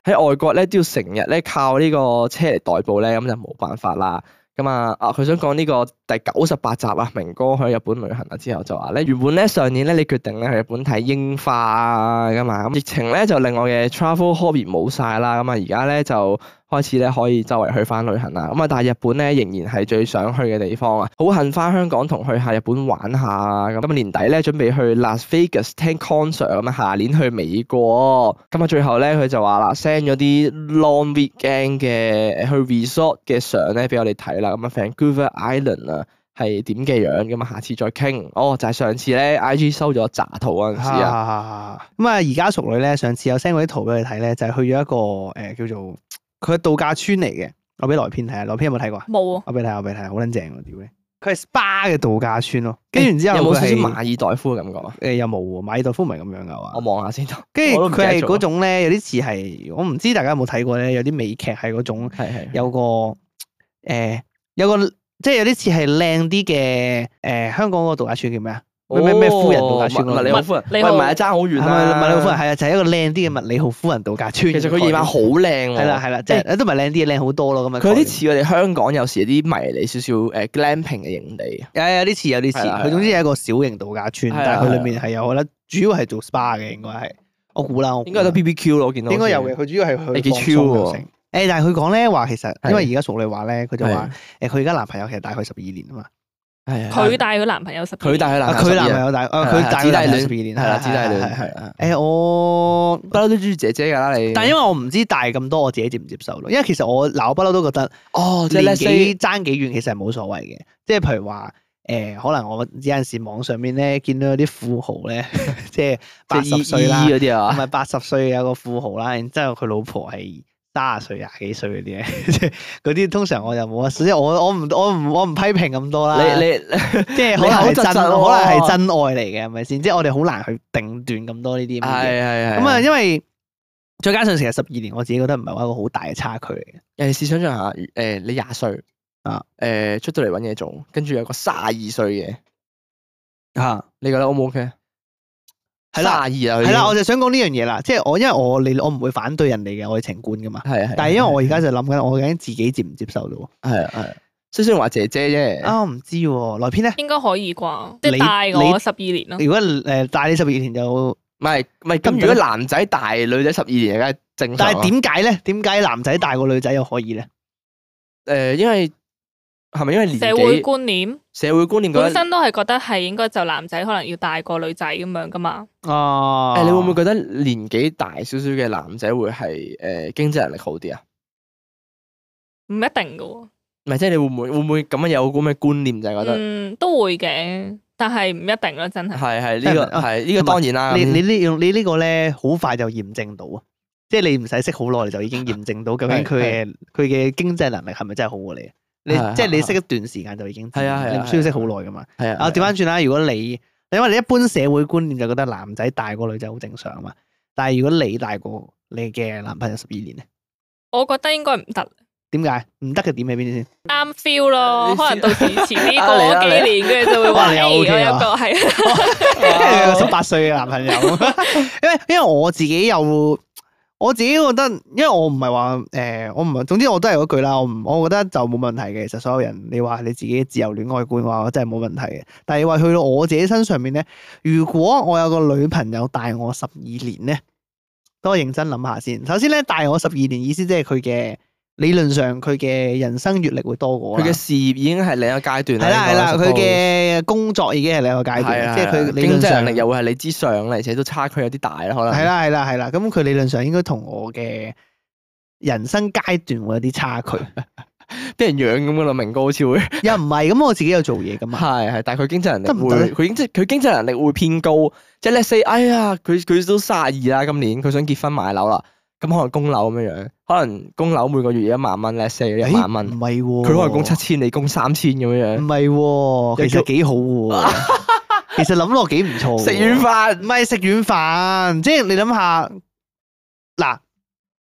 D: 喺外國咧都要成日咧靠呢個車嚟代步咧，咁就冇辦法啦。咁啊，啊佢想講呢個第九十八集啊，明哥去日本旅行啊之後就話咧，原本咧上年咧你決定咧去日本睇櫻花啊噶嘛，咁疫情咧就令我嘅 travel hobby 冇晒啦，咁啊而家咧就開始咧可以周圍去翻旅行啦，咁啊但係日本咧仍然係最想去嘅地方啊，好恨翻香港同去下日本玩下啊，咁啊年底咧準備去 Las Vegas 聽 concert 咁啊，下年去美國，咁啊最後咧佢就話啦 send 咗啲 long weekend 嘅去 resort 嘅相咧俾我哋睇啦，咁啊 Vancouver Island 啊。係點嘅樣咁啊？下次再傾。哦，就係、上次咧，IG 收咗渣圖嗰陣時啊，
C: 啊咁啊，而家熟女咧，上次有 send 嗰啲圖俾你睇咧，就係去咗一個誒叫做佢係度假村嚟嘅，我俾萊編睇下，萊編有冇睇過啊？
E: 冇啊，
C: 我俾你睇，我俾你睇，好撚正啊喎！屌你，佢係 SPA 嘅度假村咯，跟住然之後
D: 有
C: 佢
D: 冇少少
C: 係
D: 馬爾代夫嘅感覺啊？
C: 誒又冇喎，馬爾代夫唔係咁樣噶
D: 我
C: 嘛。
D: 望下先。
C: 跟住
D: 我都唔記
C: 佢
D: 得
C: 係
D: 咗
C: 嗰種咧，有啲似係我唔知大家有冇睇過咧，有啲美劇係嗰種
D: 係係
C: 有個誒、有個即係有啲似係靚啲嘅誒香港嗰個度假村叫咩啊？咩咩咩夫人度假村嗰
D: 唔
C: 個
D: 係你好夫人，
E: 你
D: 喂
E: 好
D: 唔係爭好
C: 係
D: 遠
C: 咪
D: 啦。
C: 麥理浩夫人係啊？就係、一個靚啲嘅麥理浩夫人度假村。
D: 其實佢夜晚好靚喎。
C: 係啦係啦，即係都唔係靚啲，靚好多咯咁啊。
D: 佢有啲似我哋香港有時啲迷你少少誒 glamping 嘅營地，
C: 有有啲似有啲似，
D: 係啦係啦
C: 佢總之係一個小型度假村，
D: 係啦
C: 但係
D: 係
C: 佢
D: 啦
C: 裏面係有我覺得主要係做 SPA 嘅應該係，我估啦，我估
D: 應該有得 BBQ 咯，我見到
C: 應該有嘅，
D: 嘅。
C: 佢主要係去
D: 你幾
C: 放鬆
D: chill
C: 又
D: 喎
C: 成誒，但係佢講咧話其實，
D: 係
C: 因為而家淑女話咧，佢就話誒，
D: 係
C: 佢而家男朋友其實大概十二年啊嘛，
D: 係
E: 佢帶佢男朋友十幾
D: 佢帶佢
C: 啊
D: 男
C: 佢男
D: 朋
C: 朋
D: 友
C: 友大，
D: 係
C: 啊
D: 啦
C: 佢大
D: 子弟
C: 佢十
D: 戀
C: 二年
D: 係啦，子弟
C: 係
D: 戀
C: 係係
D: 係啊，
C: 誒我
D: 不嬲都中意姐姐㗎啦你。
C: 但係因為我唔知大咁多，我自己接唔接受咯。因為其實我嗱，我不嬲都覺得
D: 哦，即係
C: 年
D: let's say
C: 紀爭幾遠其實係冇所謂嘅。即係譬如話誒，可能我有陣時網上面咧見到有啲富豪咧， 即係八
D: 即係
C: 十
D: 姨
C: 歲啦
D: 姨，嗰啲
C: 唔
D: 啊，
C: 係八十歲有個富豪啦，然之後佢老婆係三十歲、廿幾歲嗰啲咧， 即係嗰啲通常我就冇乜，所以我我唔我唔我唔批評咁多啦。
D: 你你
C: 即係可能係真，
D: 你口
C: 可
D: 窒窒
C: 能
D: 喎
C: 係真愛嚟嘅，係咪先？即係我哋好難去定斷咁多呢啲咁
D: 係
C: 嘅嘢。
D: 係係
C: 咁啊，，因為再加上成日十二年，我自己覺得唔係話一個好大嘅差距嚟嘅。
D: 尤其是想象下，誒、你廿歲
C: 啊，
D: 誒、出到嚟揾嘢做，跟住有個卅二歲嘅，
C: 嚇，
D: 你覺得 O 唔 OK？
C: 係啦
D: 32啊，佢已
C: 係
D: 經
C: 啦，我就想講呢樣嘢啦。即係我因為我你我唔會反對人哋嘅愛情觀噶嘛，
D: 係係，
C: 但係因為我而家就諗緊，我究竟自己接唔接受到喎？
D: 係啊係啊，雖雖然話姐姐啫，
C: 啊，我唔知喎，萊編咧。
E: 應該可以啩，即
C: 你
E: 係帶我十二年咯。
C: 如果誒大你十二年就，
D: 唔係唔係，
C: 得唔得
D: 咁如果男仔大女仔十二年，梗係正常
C: 但
D: 啦。
C: 係點解咧？點解男仔大過女仔又可以咧？
D: 呃誒，因為係咪因為年
E: 社會
D: 紀
E: 觀念
D: 社會觀念覺
E: 本
D: 得
E: 身都係覺得係應該就男仔可能要大過女仔咁樣噶嘛，
C: 啊，
D: 呃誒？你會唔會覺得年紀大少少嘅男仔會係誒經濟能力好啲啊？
E: 唔一定噶喎。
D: 唔係即係你會唔會會唔會咁樣有咁嘅觀念就係覺得
E: 嗯，都會嘅，但係唔一定啦，真係。
D: 係係呢個
C: 啊
D: 係呢個當然啦。
C: 你
D: 咁
C: 你呢用你呢個咧，好快就驗證到啊！即係你唔使識好耐，你就已經驗證到究竟
D: 係
C: 佢嘅佢嘅經濟能力係咪真係好過你？啊你
D: 係
C: 即係
D: 係
C: 你
D: 係
C: 識一段時間就已經知，
D: 係啊係啊
C: 你唔需要識好耐噶嘛。
D: 係啊
C: 啊，調翻轉啦，如果你因為你一般社會觀念就覺得男仔大過女仔好正常啊嘛，但係如果你大過你嘅男朋友十二年咧，
E: 我覺得應該唔得，
C: 點解唔得嘅點喺邊先？
E: 啱 feel 咯。
D: 你
E: 可能到時遲啲
D: 啊你
E: 過
D: 啊
E: 幾
D: 你
E: 年嘅就會話，
C: 哇
E: 誒，
C: 你又
E: 我有
C: OK 啊
E: 個係。
C: 跟住十八歲嘅男朋友， 因為因為我自己又我自己覺得，因為我唔係話誒，我唔係，總之我都係嗰句啦，我唔，我覺得就冇問題嘅。其實所有人，你話你自己自由戀愛觀嘅話，我真係冇問題嘅。但係你話去到我自己身上面咧，如果我有個女朋友大我十二年咧，等我認真諗下先。首先咧，大我十二年意思即係佢嘅理論上佢嘅人生閲歷會多過我
D: 啊佢
C: 啦
D: 嘅事業已經係另一個階段啦。
C: 係啦係啦，
D: 應該
C: 佢
D: suppose
C: 嘅工作已經係另一個階
D: 啊係
C: 段，
D: 啊
C: 即係
D: 係啊
C: 佢理
D: 經
C: 論
D: 濟
C: 上
D: 能力又會係你之上啦，而且都差距有啲大啦，可能
C: 係啦係啦係啦，咁佢理論上應該同我嘅人生階段會有啲差 距，
D: 俾人養咁噶啦，明哥好似會係
C: 又唔係咁，我自己有做嘢噶嘛，
D: 係，但係佢經濟能
C: 得唔
D: 力
C: 得
D: 會
C: 咧
D: 佢經濟佢經濟能力會偏高，即係 let's say，哎呀，佢佢都卅二啦，今年佢想結婚買樓啦，咁可能供樓咁樣樣，可能供樓每個月一萬蚊，let's say 一萬
C: 咦
D: 蚊，
C: 唔係
D: 佢
C: 喎，
D: 可能供七，千，你供三千咁樣
C: 唔
D: 樣，
C: 係喎，其實幾好喎， 其實諗落幾唔錯喎，
D: 食軟
C: 唔
D: 飯
C: 係食軟飯，即係你諗下，嗱，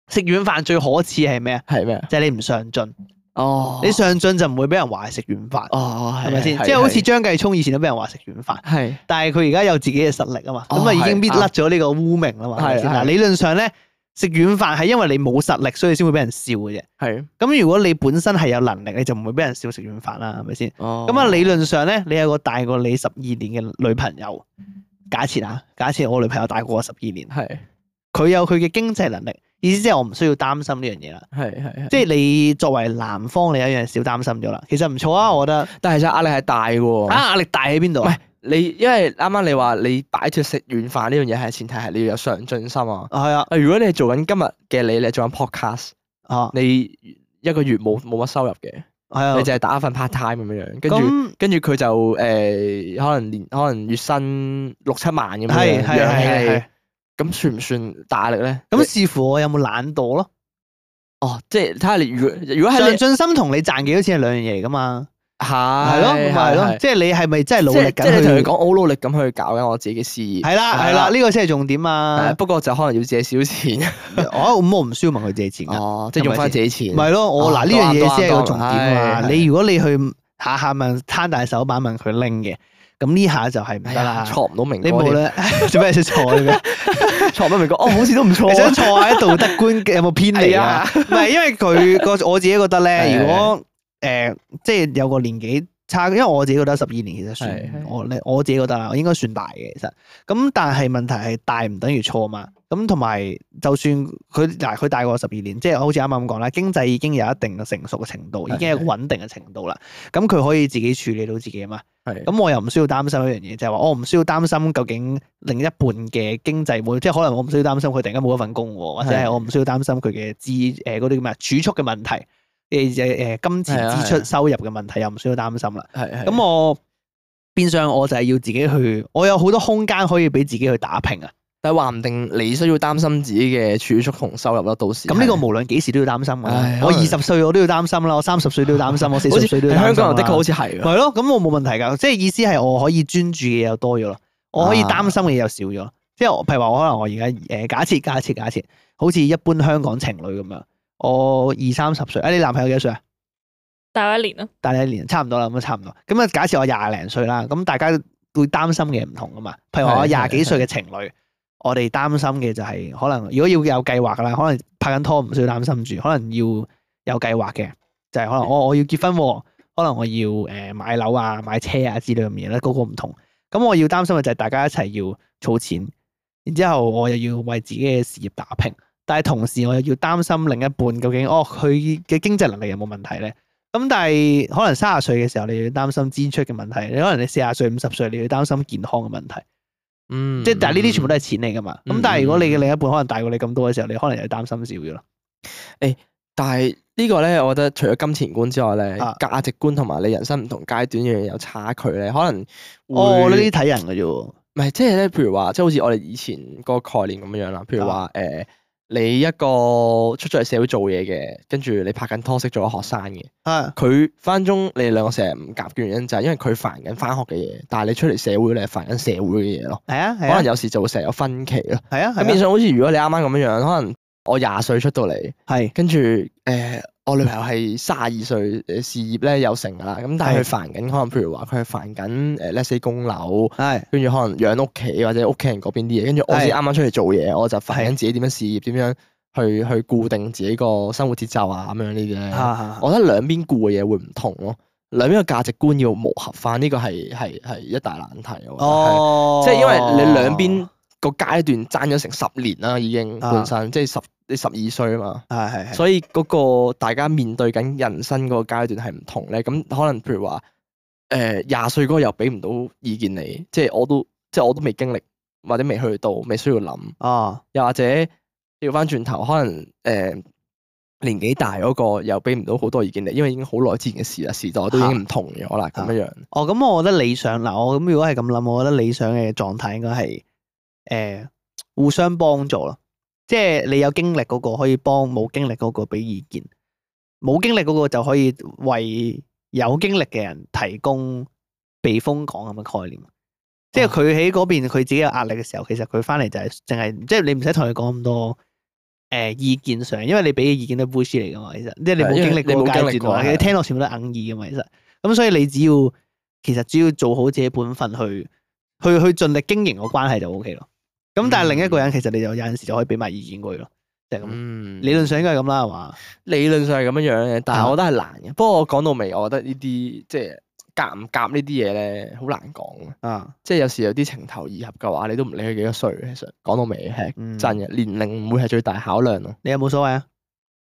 C: 食軟飯最可恥係咩啊？
D: 係咩啊？
C: 就係你唔上進，
D: 哦
C: 你上進就唔會俾人話係食軟飯，
D: 哦
C: 係咪先？即係好似張繼聰以前都俾人話食軟飯。
D: 係
C: 但係佢而家有自己嘅實力啊嘛，
D: 哦
C: 咁啊已經搣
D: 係
C: 甩咗呢個污名啦嘛，係咪先？
D: 係係
C: 嗱，理論上咧食軟飯係因為你冇實力，所以先會俾人笑嘅啫。
D: 係
C: 咁如果你本身係有能力，你就唔會俾人笑食軟飯啦，係咪先？
D: 哦
C: 咁啊，理論上咧，你有個大過你十二年嘅女朋友，假設啊，假設我女朋友大過我十二年，
D: 係
C: 佢有佢嘅經濟能力，意思即係我唔需要擔心呢樣嘢啦。
D: 係係係
C: 即係你作為男方，你有一樣少擔心咗啦。其實唔錯啊，我覺得。
D: 但係其實壓力係大嘅喎。
C: 啊，壓力大喺邊度
D: 唔係
C: 啊？
D: 你，因為啱啱你話你擺脱食軟飯呢樣嘢係前提係你要有上進心啊。
C: 啊係啊，
D: 啊，如果你係做緊今日嘅你，你係做緊 podcast，
C: 啊
D: 你一個月冇冇乜收入嘅，
C: 係啊
D: 你，就係打一份 part time 咁樣樣，跟住
C: 咁
D: 跟住佢就誒可能年可能月薪六七萬咁樣
C: 係係係
D: 樣
C: 係
D: 養
C: 係
D: 起。你，咁算唔算大壓力咧？
C: 咁
D: 你
C: 視乎我有冇懶惰咯。
D: 哦，即係睇下你如果如果喺
C: 上
D: 啊你
C: 進心同你賺幾多錢係兩樣嘢嚟噶嘛，
D: 係
C: 係咯，咁咪係咯，
D: 係
C: 即係你係咪真係努
D: 即
C: 力
D: 係即係你同
C: 緊
D: 佢
C: 去？
D: 講，我好努力咁去搞緊我自己嘅事業。
C: 係啦係啦，呢個先係重點
D: 係
C: 啊！
D: 不過就可能要借少錢。
C: 我咁我唔需要問佢借錢㗎，
D: 哦， 即係用翻自己錢。
C: 咪係咯，我
D: 哦
C: 嗱呢
D: 多
C: 樣
D: 啊多
C: 嘢
D: 啊
C: 先係
D: 多
C: 個
D: 啊
C: 重點啊！
D: 係
C: 你如果你去下下問攤大手板問佢拎嘅，咁呢下就係唔
D: 哎
C: 得
D: 呀
C: 啦。
D: 錯唔到明哥
C: 你
D: 添，
C: 冇 啦，做咩想坐嘅？
D: 錯唔到明哥，哦， 好似都唔錯
C: 你
D: 啊。
C: 想坐喺道德觀有冇偏離啊？
D: 係
C: 唔係，因為 佢個我自己覺得咧，
D: 係
C: 如果誒、呃即係有個年紀差，因為我自己覺得十二年其實
D: 係
C: 算
D: 係
C: 我咧，我自己覺得啦，應該算大嘅其實。咁但係問題係大唔等於錯嘛。咁同埋就算佢嗱佢大過我十二年，即係好似啱啱咁講啦，經濟已經有一定嘅成熟嘅程度，
D: 係
C: 已經有一個
D: 係
C: 穩定嘅程度啦。咁佢可以自己處理到自己啊嘛。
D: 係
C: 咁我又唔需要擔心一樣嘢，就係話哦我唔需要擔心究竟另一半嘅經濟會，即係可能我唔需要擔心佢突然間冇一份工喎，或者係
D: 係
C: 我唔需要擔心佢嘅支誒嗰啲叫咩啊儲蓄嘅問題，誒誒誒金
D: 係
C: 錢
D: 啊
C: 支
D: 係
C: 出
D: 啊
C: 收入嘅問題又唔需要擔心啦。
D: 係
C: 咁我變相我就係要自己去，我有好多空間可以俾自己去打拼啊。
D: 但係話唔定你需要擔心自己嘅儲蓄同收入啦，到時
C: 咁呢個無論幾時都要擔心㗎啦
D: 唉。
C: 我
D: 可能
C: 二十歲我都要擔心啦，我三十歲都要擔心，我四
D: 好
C: 十
D: 似
C: 歲都要擔心啊
D: 香港人的
C: 啦
D: 確好似係㗎
C: 係咯，咁我冇問題㗎，即係意思係我可以專注嘅嘢又多咗咯，我可以擔心嘅嘢又少咗咯。即係我譬如話，我可能我而家誒假設假設假設，好似一般香港情侶咁樣，我二三十歲，誒、你男朋友幾多歲啊？
E: 大我一年咯，
C: 大你一年，差唔多啦，咁啊差唔多。咁啊假設我廿零歲啦，咁大家會擔心嘅唔同噶嘛。譬如話我
D: 係
C: 廿幾
D: 係
C: 歲嘅情侶，我哋擔心嘅就係、可能如果要有計劃㗎啦，可能拍緊拖唔需要擔心住，可能要有計劃嘅，就係、可能我我要結婚喎、可能我要誒、呃、買樓啊、買車啊之類嘅嘢咧，個個唔同。咁我要擔心嘅就係大家一齊要儲錢，然之後我又要為自己嘅事業打拼，但係同時我又要擔心另一半究竟哦佢嘅經濟能力有冇問題咧？咁但係可能三十歲嘅時候，你又要擔心支出嘅問題；你可能你四十歲、五十歲，你要擔心健康嘅問題。
D: 嗯，
C: 即係但係呢啲全部都係錢嚟噶嘛。咁
D: 嗯
C: 但係如果你嘅另一半可能大過你咁多嘅時候，你可能又要擔心少咗啦。
D: 但係呢個咧，我覺得除咗金錢觀之外咧，
C: 啊
D: 價值觀同埋你人生唔同階段嘅嘢有差距咧，可能
C: 哦，呢
D: 嗯
C: 啲
D: 會
C: 睇人嘅啫喎。
D: 唔係，即係咧，譬如話，即係好似我哋以前嗰個概念咁樣樣啦。譬如
C: 啊
D: 話，誒、你一個出咗嚟社會做嘢嘅，跟住你拍緊拖識做咗學生嘅，
C: 啊，
D: 佢翻中你哋兩個成日唔夾嘅原因就係因為佢煩緊翻學嘅嘢，但係你出嚟社會你係煩緊社會嘅嘢咯。
C: 係啊，
D: 可
C: 係
D: 能
C: 啊，
D: 有時就會成日有分歧咯。
C: 係啊，
D: 咁變
C: 係啊，
D: 相好似如果你啱啱咁樣樣，可能我廿歲出到嚟，
C: 係
D: 跟住誒。我女朋友係三十二歲，誒事業咧有成㗎啦，咁但係佢煩緊，可能譬如話佢係煩緊誒 let's say 供樓，
C: 係
D: 跟住可能養屋企或者屋企人嗰邊啲嘢，跟住我
C: 係
D: 先啱啱出嚟做嘢，我就煩緊
C: 係
D: 自己點樣事業，點樣去去固定自己個生活節奏啊咁樣呢啲
C: 啊
D: 咧。
C: 啊
D: 我覺得兩邊顧嘅嘢會唔同咯，兩邊嘅價值觀要磨合翻，呢個係係係一大難題。我覺得係
C: 哦，
D: 即係因為你兩邊個階段爭咗成十年啦，已經
C: 啊
D: 本身即係十你十二歲啊嘛。
C: 係係係
D: 所以嗰個大家面對緊人生嗰個階段係唔同咧，咁可能譬如話，誒廿歲嗰個又俾唔到意見你，即係我都即係我都未經歷或者未去到，未需要諗，啊
C: 哦，
D: 又或者調翻轉頭，可能誒、呃年紀大嗰個又俾唔到好多意見你，因為已經好耐之前嘅事啦，時代都已經唔同咗啦，咁
C: 啊
D: 樣樣。
C: 哦，咁我覺得理想嗱，我咁如果係咁諗，我覺得理想嘅狀態應該係誒互相幫助咯，即係你有經歷嗰個可以幫冇經歷嗰個俾意見，冇經歷嗰個就可以為有經歷嘅人提供避風港咁嘅概念。即係
D: 哦
C: 佢喺嗰邊佢自己有壓力嘅時候，其實佢翻嚟就係淨係即係你唔使同佢講咁多。誒、意見上，因為你俾嘅意見都係 bullshit 嚟噶嘛，其實即係你冇
D: 係因為
C: 經歷
D: 你
C: 過
D: 冇
C: 個
D: 經歷
C: 階段
D: 過
C: 啊嘛，
D: 係
C: 你聽落全部都係硬意噶嘛，其實咁所以你只要其實只要做好自己本分去去去盡力經營個關係就 O K 咯。咁但係另一個人其實你就有陣時就可以俾埋意見佢咯，就係咁。
D: 嗯嗯
C: 理論上應該係咁啦，係嘛？
D: 理論上係咁樣樣嘅，但
C: 啊
D: 係我覺得係難嘅。不過講到尾，我覺得呢啲即係夾唔夾呢啲嘢咧，好難講。
C: 啊，
D: 即係有時有啲情投意合嘅話，你都唔理佢幾多歲。其實講到尾係
C: 嗯
D: 真嘅，年齡唔會係最大考量咯。
C: 你有冇所謂啊？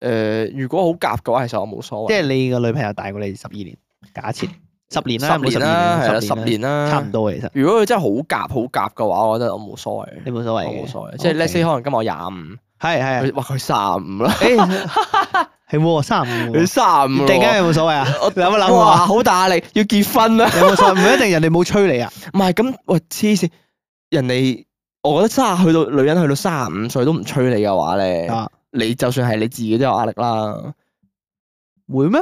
D: 誒、如果好夾嘅話，其實我冇所謂。
C: 即係你個女朋友大過你十二年，假設十年啦，
D: 十年啦，係
C: 冇
D: 啦，
C: 十
D: 十
C: 年啦，
D: 年啦，
C: 差唔。多嘅其實，
D: 如果佢真係好夾好夾嘅話，我覺得我冇所謂
C: 你。冇所
D: 我
C: 謂嘅，
D: 冇所謂，即係 let's say 可能今日我廿五，
C: 係係，
D: 佢哇佢三十五啦，
C: 誒係喎，三十五
D: 佢
C: 喎，
D: 三十五
C: 突然間有冇所謂啊？
D: 我
C: 你有冇諗
D: 哇
C: 啊？
D: 好大壓力，要結婚啦。
C: 有冇所謂？唔一定人哋冇催你 啊。
D: 唔係咁，喂黐線，人哋我覺得卅去到女人去到三十五歲都唔催你嘅話咧，
C: 啊
D: 你就算係你自己都有壓力啦。
C: 會咩？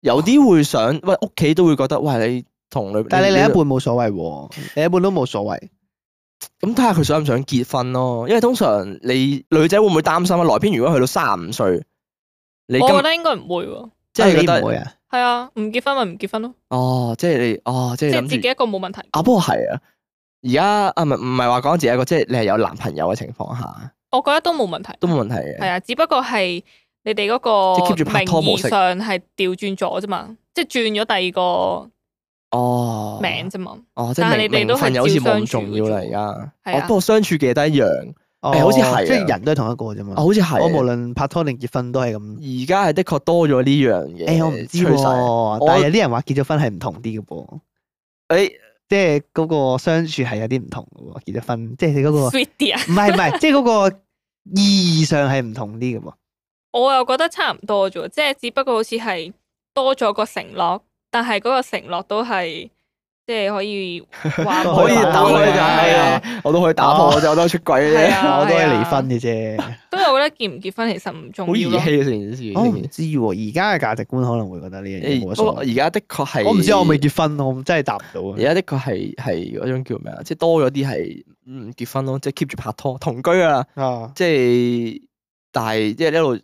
D: 有啲會想，喂屋企都會覺得，喂你同女，
C: 但係你另一半冇所謂喎，
D: 嗯
C: 另一半都冇所謂。
D: 咁睇下佢想唔想結婚咯。因為通常你女仔會唔會擔心啊？來篇如果去到三十五歲，你
E: 我
D: 今
E: 覺得應該唔會喎。
D: 即係
C: 啊
D: 覺
C: 你唔
D: 得
C: 會啊？
E: 係啊，唔結婚咪唔結婚咯，
D: 哦，即係你哦，即
E: 即
D: 係
E: 係
D: 諗
E: 自
D: 住
E: 己一個冇問題。
D: 啊，不過係啊。而家啊，唔係唔係話講自己一個，即係你係有男朋友嘅情況下
E: 我覺得都冇問題。
D: 都冇問題嘅。
E: 係啊，只不過係你哋嗰
D: 即係 keep
E: 個
D: 住拍
E: 名
D: 拖模
E: 義
D: 式
E: 上係調轉咗啫嘛，即係轉咗第二
D: 哦
E: 個，名啫嘛。
D: 哦，即係
E: 但係
D: 名
E: 你哋都
D: 名
E: 係
D: 分又好似
E: 照
D: 冇
E: 相
D: 咁
E: 處嘅
D: 重要啦，而
E: 啫
D: 家。
E: 係
D: 哦
E: 啊
D: 不過相處嘅都一樣。
C: 哦
D: 誒好似係啊
C: 即係人都係同一個啫嘛
D: 啊，。好似係啊。
C: 我無論拍拖定結婚都係咁。
D: 而家係的確多咗呢樣嘢。
C: 誒，我唔知
D: 趨勢。
C: 喎，但係有啲人話結咗婚係唔同啲嘅噃，
D: 誒，
C: 即係嗰個相處係有啲唔同嘅喎。結咗婚，即係你嗰 個
E: Sweet 啲啊，
C: 唔係唔係，即係嗰個意義上係唔同啲嘅喎。
E: 我又覺得差唔多啫，即係只不過好似係多咗個承諾，但係嗰個承諾都係即係可以話
C: 都
D: 可以
C: 可以
D: 打
C: 打
D: 開
C: 開
D: 就係啊，我都可以打破，
C: 哦
D: 我就都出軌嘅
E: 係
D: 啫。
E: 啊，
C: 我都係
E: 係啊
C: 離婚。嘅 啫。
E: 所以我覺得結唔結婚其實唔重
D: 好
E: 要咯
D: 兒。戲啊成件事。
C: 我唔知喎，而家嘅價值觀可能會覺得呢樣嘢哦冇乜
D: 誒不過
C: 所謂。
D: 而家的確係。
C: 我唔知，我未。結婚，我真係答唔到啊
D: 而。家的確係係嗰種叫咩啊？即係多咗啲係唔結婚咯，即係 keep 住拍拖同居啊，
C: 啊，
D: 即係但係即係一路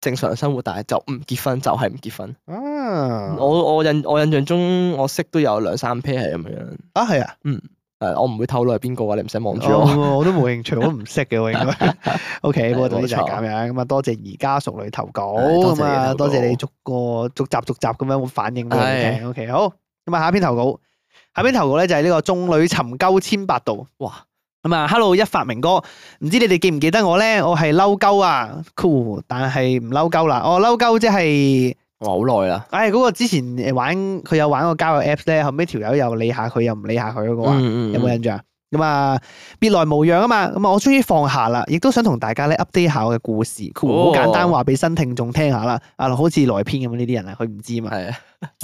D: 正常生活，但係就唔結婚，就係唔結婚。
C: 啊，
D: 我我印我印象中，我識都有兩三 pair 係咁樣樣。
C: 啊係啊。
D: 誒，我唔會透露係邊個啊，你唔使望住
C: 哦
D: 我。
C: 我都冇興趣，我都唔識嘅喎，應 該。O K，不過總之就係
D: 冇錯
C: 咁樣。咁啊，多謝而家熟女投稿，
D: 係多謝你
C: 咁啊，
D: 投稿
C: 多謝你逐個逐集逐集咁樣反應俾我哋聽。O K，好。咁啊，下一篇投稿，下一篇投稿咧就係呢個眾女尋鳩千百度。
D: 哇！
C: 咁啊，Hello 一發明哥，唔知你哋記唔記得我咧？我係嬲鳩啊，cool，但係唔嬲鳩啦。我嬲鳩即係
D: 哇，好耐啦。
C: 唉，嗰個之前誒玩佢有玩個交友 Apps 咧，後尾條友又理下佢，又唔理下佢嗰個啊，
D: 嗯
C: 有冇？印象？咁啊，別來無恙啊嘛，咁啊，我終於放下啦，亦都想同大家咧 update 下我嘅故事，好、
D: 哦
C: 簡單話俾新聽眾聽下啦。啊，好似萊編咁樣呢啲人啊，佢唔知啊嘛，
D: 係啊，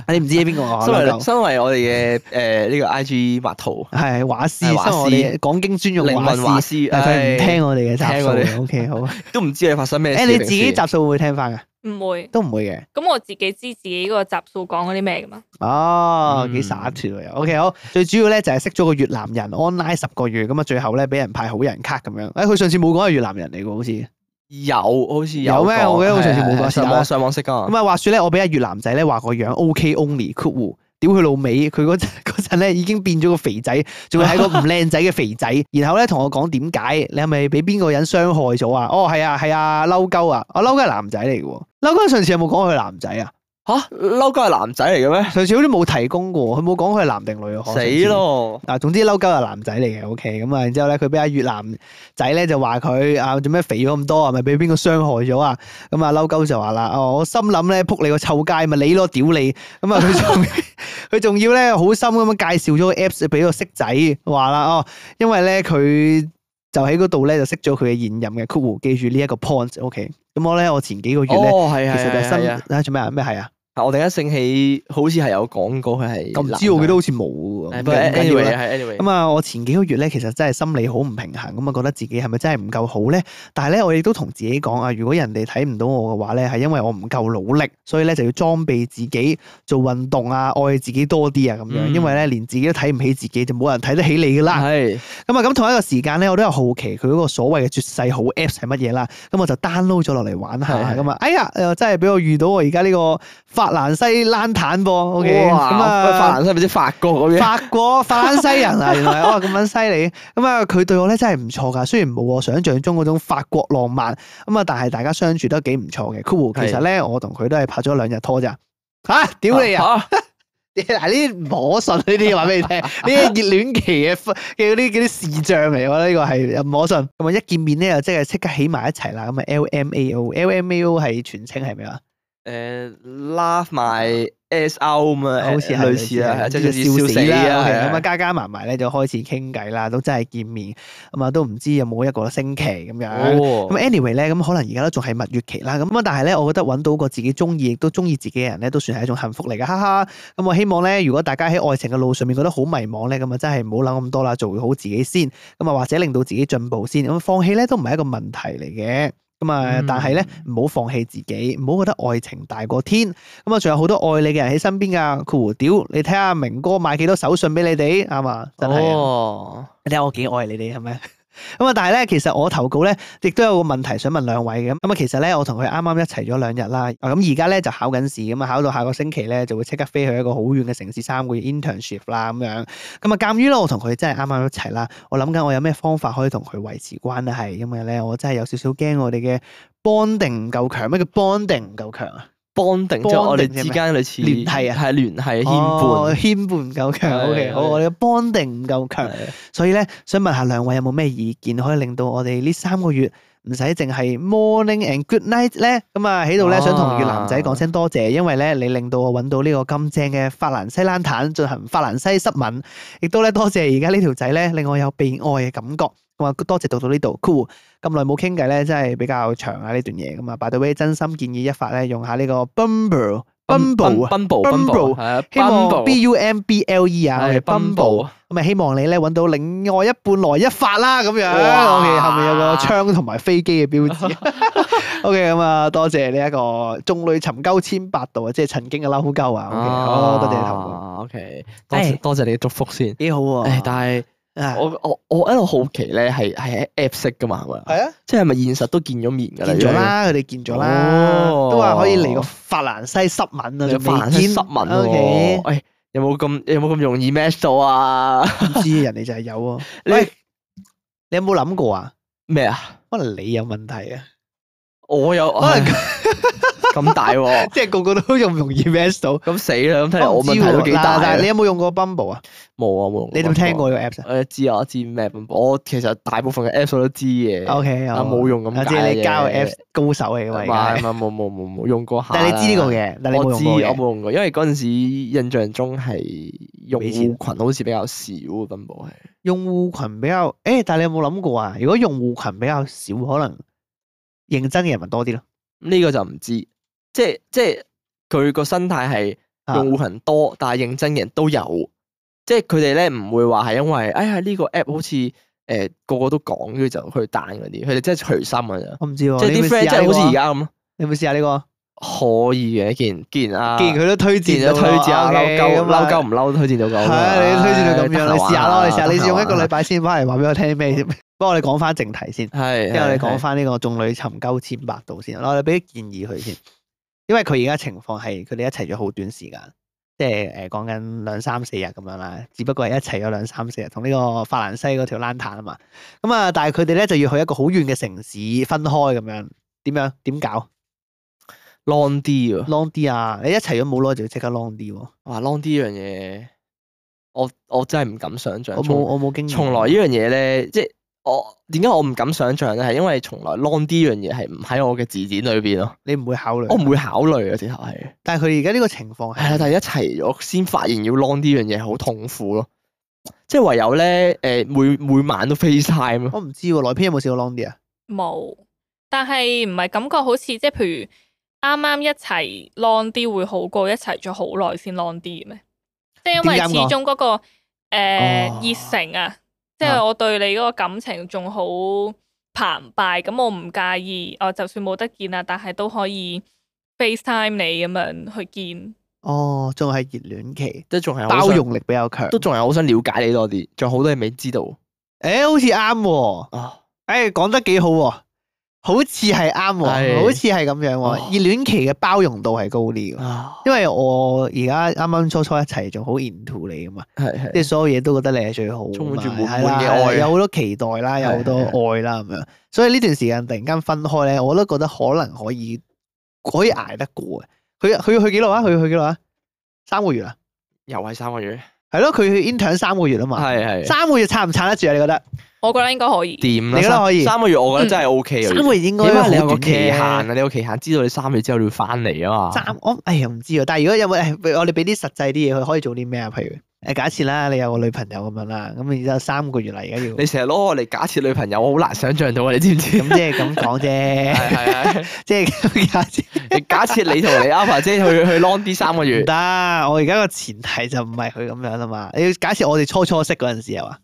C: 你唔知邊個啊？
D: 身為
C: 係
D: 身為我哋嘅誒呢個 I G 畫圖
C: 畫師，
D: 係畫師
C: 身為我哋講經專用
D: 靈魂畫
C: 畫師，
D: 師，
C: 但佢唔
D: 唉
C: 聽我哋嘅集
D: 聽我哋
C: 數。O 啊 K，好。
D: 都唔知你發生咩事。
C: 誒，你自己
D: 平時
C: 集數會唔會聽翻噶？
E: 唔會。
C: 都唔會嘅。
E: 咁我自己知自己嗰個集數講嗰啲咩噶嘛？
C: 哦，幾
D: 嗯
C: 灑脱啊！OK，好，最主要咧就係識咗個越南人 online 十個月，咁啊最後咧俾人派好人卡咁樣。誒、佢上次冇講係越南人嚟嘅，好似。
D: 有，好似
C: 有咩
D: 講
C: 我記得好似
D: 係
C: 冇講
D: 係係
C: 是但
D: 上
C: 啦
D: 網上網識噶
C: 咁
D: 嘛。
C: 啊，話説咧，我俾阿越南仔咧話個樣 OK only 括弧。屌佢老味，佢嗰陣 嗰陣咧已經變咗個肥仔，仲係一個唔靚仔嘅肥仔。然後咧同我講點解？你係咪俾邊個人傷害咗啊？哦，係啊，係啊，嬲鳩啊！我嬲鳩係男仔嚟嘅喎。嬲鳩上次有冇講佢係男仔啊？
D: 吓，嬲哥係男仔嚟嘅咩？
C: 上次好似冇提供過，佢冇講佢係男定女啊？可能上次
D: 死！咯！
C: 啊，總之嬲鳩係男仔嚟嘅，OK，咁啊，然之後咧，佢俾阿越南仔咧就話佢啊，做咩肥咗咁多啊？係咪俾邊個傷害咗啊？咁啊，嬲鳩就話啦，哦，我心諗咧，撲你個臭街，咪你咯，屌你！咁啊，佢 仲佢仲要咧好心咁樣介紹咗個 Apps 俾個色仔，話啦哦，因為咧佢就喺嗰度咧就識咗佢嘅現任嘅 Cool，記住呢一個 point，OK。咁我咧，我前幾個月咧，
D: 哦，係
C: 其
D: 係
C: 實就
D: 係係
C: 新
D: 啊！
C: 啊做咩啊？咩係啊？
D: 我突然間醒起，好似係有講過佢係
C: 我唔
D: 男
C: 知，我記
D: 嘅
C: 得好似冇喎。
D: 誒
C: 唔
D: 不過
C: 緊要啦
D: anyway 係 anyway，
C: 咁啊，我前幾個月咧，其實真係心理好唔平衡，咁啊覺得自己係咪真係唔夠好咧？但係咧，我亦都同自己講啊，如果人哋睇唔到我嘅話咧，係因為我唔夠努力，所以咧就要裝備自己，做運動啊，愛自己多啲啊咁樣，
D: 嗯
C: 因為咧連自己都睇唔起自己，就冇人睇得起你噶啦。
D: 係
C: 咁啊，咁同一個時間咧，我都有好奇佢嗰個所謂嘅絕世好 Apps 係乜嘢啦。咁我就 download 咗落嚟玩下
D: 係係
C: 咁啊，哎呀，誒真係俾我遇到我而家呢個法蘭西冷坦噃，OK，咁
D: 哇
C: 啊，
D: 法蘭西咪即係法國咁樣，
C: 法國法蘭西人啊， 原來哇咁撚犀利，咁啊佢對我咧真係唔錯㗎，雖然冇我想象中嗰種法國浪漫，咁啊但係大家相處得幾唔錯嘅。Cool，
D: 係
C: 其實咧我同佢都係拍咗兩日拖咋。吓、屌你啊！
D: 啊！
C: 嗱呢啲唔可信，呢啲話俾你聽，呢啲熱戀期嘅嘅嗰啲嗰啲視像嚟，我覺得呢個係唔可信。咁啊一見面咧就即係即刻起埋一齊啦。咁啊 LMAO，LMAO 係全稱係咩啊？
D: 誒 love my S O 咁啊，
C: 好呃似係
D: 類似啊，即係
C: 笑
D: 笑
C: 死啦。
D: 啊，
C: OK，
D: 係
C: 咁啊，
D: 啊
C: 加加埋埋咧就開始傾偈啦，都真係見面，咁啊都唔知有冇一個星期咁樣。啊咁
D: 哦，
C: anyway 咧，咁可能而家都仲係蜜月期啦，咁啊，但係咧，我覺得揾到個自己中意，亦都中意自己嘅人咧，都算係一種幸福嚟嘅，哈哈。咁我希望咧，如果大家喺愛情嘅路上面覺得好迷茫咧，咁啊真係唔好諗咁多啦，做好自己先，咁啊或者令到自己進步先，咁放棄咧都唔係一個問題嚟嘅。咁啊，但係咧唔好放棄自己，唔好覺得愛情大過天。咁啊，仲有好多愛你嘅人喺身邊噶。酷屌，你睇下明哥買幾多手信俾你哋，啱嘛？真係啊。
D: 哦，
C: 你睇我幾愛你哋係咪？ 咁啊，但係咧，其實我投稿咧，亦都有個問題想問兩位嘅。咁啊，其實咧，我同佢啱啱一齊咗兩日啦。啊咁而家咧就考緊試，咁啊考到下個星期咧就會即刻飛去一個好遠嘅城市三個月 internship 啦咁樣。咁啊，鑑於咧我同佢真係啱啱一齊啦，我諗緊我有咩方法可以同佢維持關係，因為咧我真係有少少驚我哋嘅 bonding 唔夠強。咩叫 bonding 唔夠強啊？
D: 邦定即係我哋
C: bonding
D: 之間類似
C: 聯繫啊
D: 係聯繫牽
C: 哦
D: 絆。
C: 牽絆唔夠強。
D: 係
C: OK，好，
D: 係
C: 我哋嘅 bonding 唔夠強。
D: 係啊
C: 所以咧，想問下兩位有冇咩意見可以令到我哋呢三個月唔使淨係 morning and good night 咧？咁啊喺度咧想同越南仔講聲多謝，因為咧你令到我揾到呢個咁正嘅法蘭西冷坦進行法蘭西濕吻，亦都咧多謝而家呢條仔咧令我有被愛嘅感覺。咁啊，多謝讀到呢度，cool。咁耐冇傾偈咧，真係比較長啊呢段嘢。咁啊，by the way，真心建議一發咧用下呢個 Bumble。Bumble 啊，Bumble，
D: Bumble，Bumble，係啊
C: 希望 B
D: ，Bumble，
C: U M B L E 啊，我哋
D: 係
C: Bumble
D: Bumble，
C: 咁啊咪希望你咧揾到另外一半來一發啦，咁樣。
D: 哇
C: O K，後面有個槍同埋飛機嘅標誌。O K，咁啊，多謝呢一個眾裏尋鳩千百度啊，即係曾經嘅嬲鳩啊。O K，好，多謝你投稿，
D: 啊，OK，多
C: 哎
D: 謝多謝你嘅祝福先。
C: 幾好
D: 誒
C: 喎，。
D: 但係
C: 但
D: 我我我一路好奇咧，係係喺 App 識噶嘛，係咪？
C: 係啊，
D: 即係咪現實都見咗面㗎啦？
C: 見咗啦，佢哋見咗啦，
D: 哦
C: 都話可以嚟個法蘭西濕吻啊，
D: 已經，你
C: 仲
D: 法
C: 未
D: 蘭西
C: 見
D: 濕文
C: O
D: 喎。
C: K，
D: 誒，有冇咁有冇咁容易 match 到啊？
C: 唔知人哋就係有喎。
D: 你
C: 喂，你有冇諗過啊？
D: 咩啊？
C: 可能你有問題啊？
D: 我有
C: 可能
D: 唉咁大喎，
C: 即係個個都容唔容易 match 到。
D: 咁死啦！咁睇嚟
C: 唔
D: 我
C: 知
D: 問題都
C: 喎
D: 幾
C: 嗱
D: 大啊。
C: 但係你有冇用過 Bumble 啊？
D: 冇啊冇用過
C: 你有冇
D: Bumble
C: 聽過呢個 apps 啊
D: 我知啊，我知咩？我其實大部分嘅 apps 我都知嘅。
C: ？O K，
D: 啊冇用咁
C: 我知
D: 解
C: 你交友
D: 啫
C: apps 高手嚟㗎嘛
D: 唔
C: 而
D: 係唔
C: 家，
D: 係冇冇冇冇用過下啦。
C: 但係你知呢個嘅，但係你冇
D: 我
C: 用
D: 知
C: 過
D: 我
C: 嘅。
D: 冇用過，因為嗰陣時印象中係用
C: 俾
D: 戶
C: 錢
D: 群好似比較少嘅 Bumble 係。
C: 用戶群比較，誒，但係你有冇諗過啊？如果用戶群比較少，可能認真嘅人咪多啲咯。
D: 呢個就唔知，即係即係佢個生態係
C: 啊
D: 用戶群多，但係認真嘅人都有，即係佢哋咧唔會話係因為哎呀呢、個 app 好似誒、呃、個個都講，跟住就去彈嗰啲，佢哋真係隨心嘅咋，
C: 我唔知喎，
D: 即係
C: 你
D: 啲
C: 會試
D: friend
C: 下
D: 真
C: 呢
D: 係
C: 個
D: 好
C: 啊
D: 似而家咁咯，啊
C: 你有冇試下呢個？
D: 可以嘅，既然既然 啊，
C: 既然佢都推
D: 既
C: 薦
D: 然
C: 到
D: 都推薦啊，
C: 啦
D: 嬲
C: ，OK，
D: 鳩
C: 咁啊
D: 嬲鳩唔嬲都推薦到咁，
C: 係啊，你都推薦到咁樣，
D: 唉
C: 你試下咯，你試
D: 啊
C: 下，你試用一個禮
D: 禮，
C: 拜先翻嚟話俾我聽咩先。不過我哋講翻正題先，
D: 係
C: 之後你講
D: 翻
C: 翻呢個眾裏尋鳩千百度先，我哋俾啲建議佢先，因為佢而家情況係佢哋一齊咗好短時間，即係誒講緊兩三四日咁樣啦，只不過係一齊咗兩三四日，同呢個法蘭西嗰條冷炭啊嘛，咁啊，但係佢哋咧就要去一個好遠嘅城市分開咁樣，點樣點搞
D: long 啲喎。
C: long 啲啊？你一齊咗冇耐就要即刻 long 啲喎，
D: 哇，long 呢樣嘢，我我真係唔敢想象。
C: 我冇嗯
D: 從
C: 我冇經驗，
D: 從來呢樣嘢咧，即係我點解我唔敢想象咧？係因為從來 long 呢樣嘢係唔喺我嘅字典裏邊咯，
C: 你唔會考慮
D: 我，唔會考慮嘅，直頭係。
C: 但係佢哋而家呢個情況
D: 係啦，
C: 係
D: 但係一齊咗先發現要 long 呢樣嘢好痛苦咯，即係唯有咧誒、每每晚都 FaceTime 咯。
C: 我唔知喎，萊編有冇試過 long 啲啊？
E: 冇，但係唔係感覺好似即係譬如啱啱一齊 long 啲會好過一齊咗好耐先 long 啲嘅咩？即係因為
C: 點解
E: 始
C: 咁講
E: 終嗰、個誒、呃
D: 哦
E: 熱誠啊，即係我對你嗰個感情仲好澎湃，咁我唔介意，我就算冇得見啊，但係都可以 FaceTime 你咁樣去見。
C: 哦，仲係熱戀期，
D: 即係仲係好
C: 包
D: 想，
C: 容力比較強。
D: 都仲係好想了解你多啲，仲有好多嘢未知道
C: 誒、好似啱喎，
D: 啊！
C: 誒講得幾好喎、好似係啱喎，
D: 係
C: 好似係咁樣喎、
D: 哦
C: 熱戀期嘅包容度係高啲嘅，
D: 啊，
C: 因為我而家啱啱初初一齊仲好 into 你啊噶嘛，
D: 係係
C: 即係所有嘢都覺得你係最好㗎嘛，
D: 充滿住滿
C: 係啦
D: 滿嘅愛
C: 係啦有好多期待啦，有好多
D: 係係
C: 愛啦咁樣，所以呢段時間突然間分開咧，我都覺得可能可以可以捱得過嘅。佢佢要去幾耐啊？佢要去幾耐啊？三個月啊？
D: 又係三個月，
C: 係咯，佢去 intern 三個月啊嘛，
D: 係係
C: 三個月撐唔撐得住啊？你覺得？
E: 我覺得應該可以。
D: 掂啦，
C: 你覺得
D: 三
C: 可以嗯
D: 三個月我覺得真係啊 O K
C: 三個月應該
D: 因為你有
C: 好
D: 個
C: 短
D: 期限啊，
C: 啫
D: 你有個期限知道你三個月之後你要翻嚟啊嘛。
C: 三我哎呀唔知喎，但係如果有冇誒，俾我哋俾啲實際啲嘢，佢可以做啲咩啊？譬如誒，假設啦，你有個女朋友咁樣啦，咁然之後三個月啦，而家要
D: 你
C: 咁
D: 成日攞我嚟假設女朋友，我好難想像到啊！你知唔知？
C: 即係咁講 啫，
D: 係
C: 即係咁假設
D: 係，假設你同你阿爸姐去去 long 啲三個
C: 唔
D: 月，
C: 得。啊我而家個前提就唔係佢咁樣啊嘛。你要假設我哋初初識嗰陣時係嘛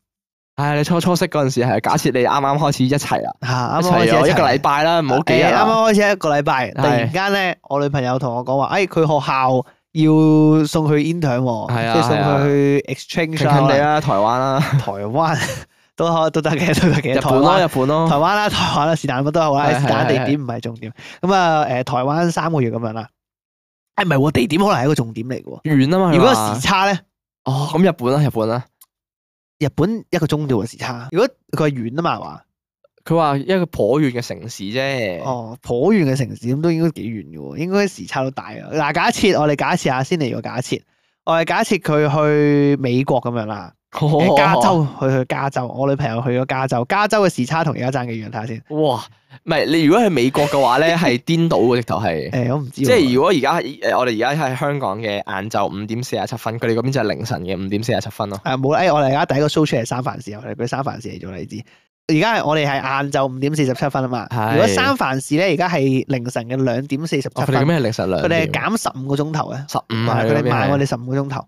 D: 唉，你初初識嗰陣時係假設你啱啱開始一齊啦，
C: 嚇，
D: 一
C: 啱啱開
D: 齊
C: 始
D: 咗
C: 齊啊
D: 一個禮拜啦，唔好幾日啊
C: 誒啱
D: 啦。
C: 啱開始一個禮拜，突然間咧，我女朋友同我講話，誒佢學校要送佢 intern
D: 係
C: 喎，
D: 啊
C: 即係送
D: 係啊
C: 佢去 exchange
D: 近近地啊
C: 啦，
D: 啦，台灣啦，
C: 台灣 都可都得嘅，都得嘅，
D: 日
C: 台
D: 本
C: 灣
D: 咯，日本
C: 台
D: 咯，
C: 灣啦、台灣啦，是但乜都好啦，
D: 哦係係
C: 是但地
D: 係
C: 點唔係重點。咁啊，誒台灣三個月咁樣啦。誒唔係喎，地點可能係一個重點嚟嘅喎。
D: 遠啊嘛。
C: 如果有
D: 係嘛
C: 時差咧，
D: 哦，咁日本啦，日本啦，
C: 日本一個鐘啫喎時差。如果佢係遠啊嘛，係嘛？
D: 佢話一個頗遠嘅城市啫。
C: 哦，頗遠嘅城市咁都應該幾遠嘅喎，應該時差都大啊。嗱，假設我哋假設下先嚟個假設，我哋假設佢去美國咁樣啦，
D: 哦
C: 誒加州去去加州，我女朋友去咗加州，加州嘅時差同而家爭幾遠睇下先。
D: 哇，唔係你如果喺美國嘅話咧，係顛倒嘅直頭 係。
C: 誒，我唔知
D: 即
C: 喎。
D: 係如果而家誒我哋而家喺香港嘅晏晝五點四十七分，佢哋嗰邊就係凌晨嘅五點四十七分咯。
C: 誒啊冇啦，哎誒我哋而家第一個 show 出嚟係三藩市，我哋佢三藩市嚟咗你知。而家係我哋係晏晝五點四十七分啊嘛。
D: 係
C: 如果三藩市咧，而家係凌晨嘅兩點四十七
D: 哦佢
C: 分
D: 哋，咩凌晨兩？
C: 佢哋係減十五個鐘頭嘅，
D: 十五啊！
C: 係佢哋慢我哋十五個鐘頭。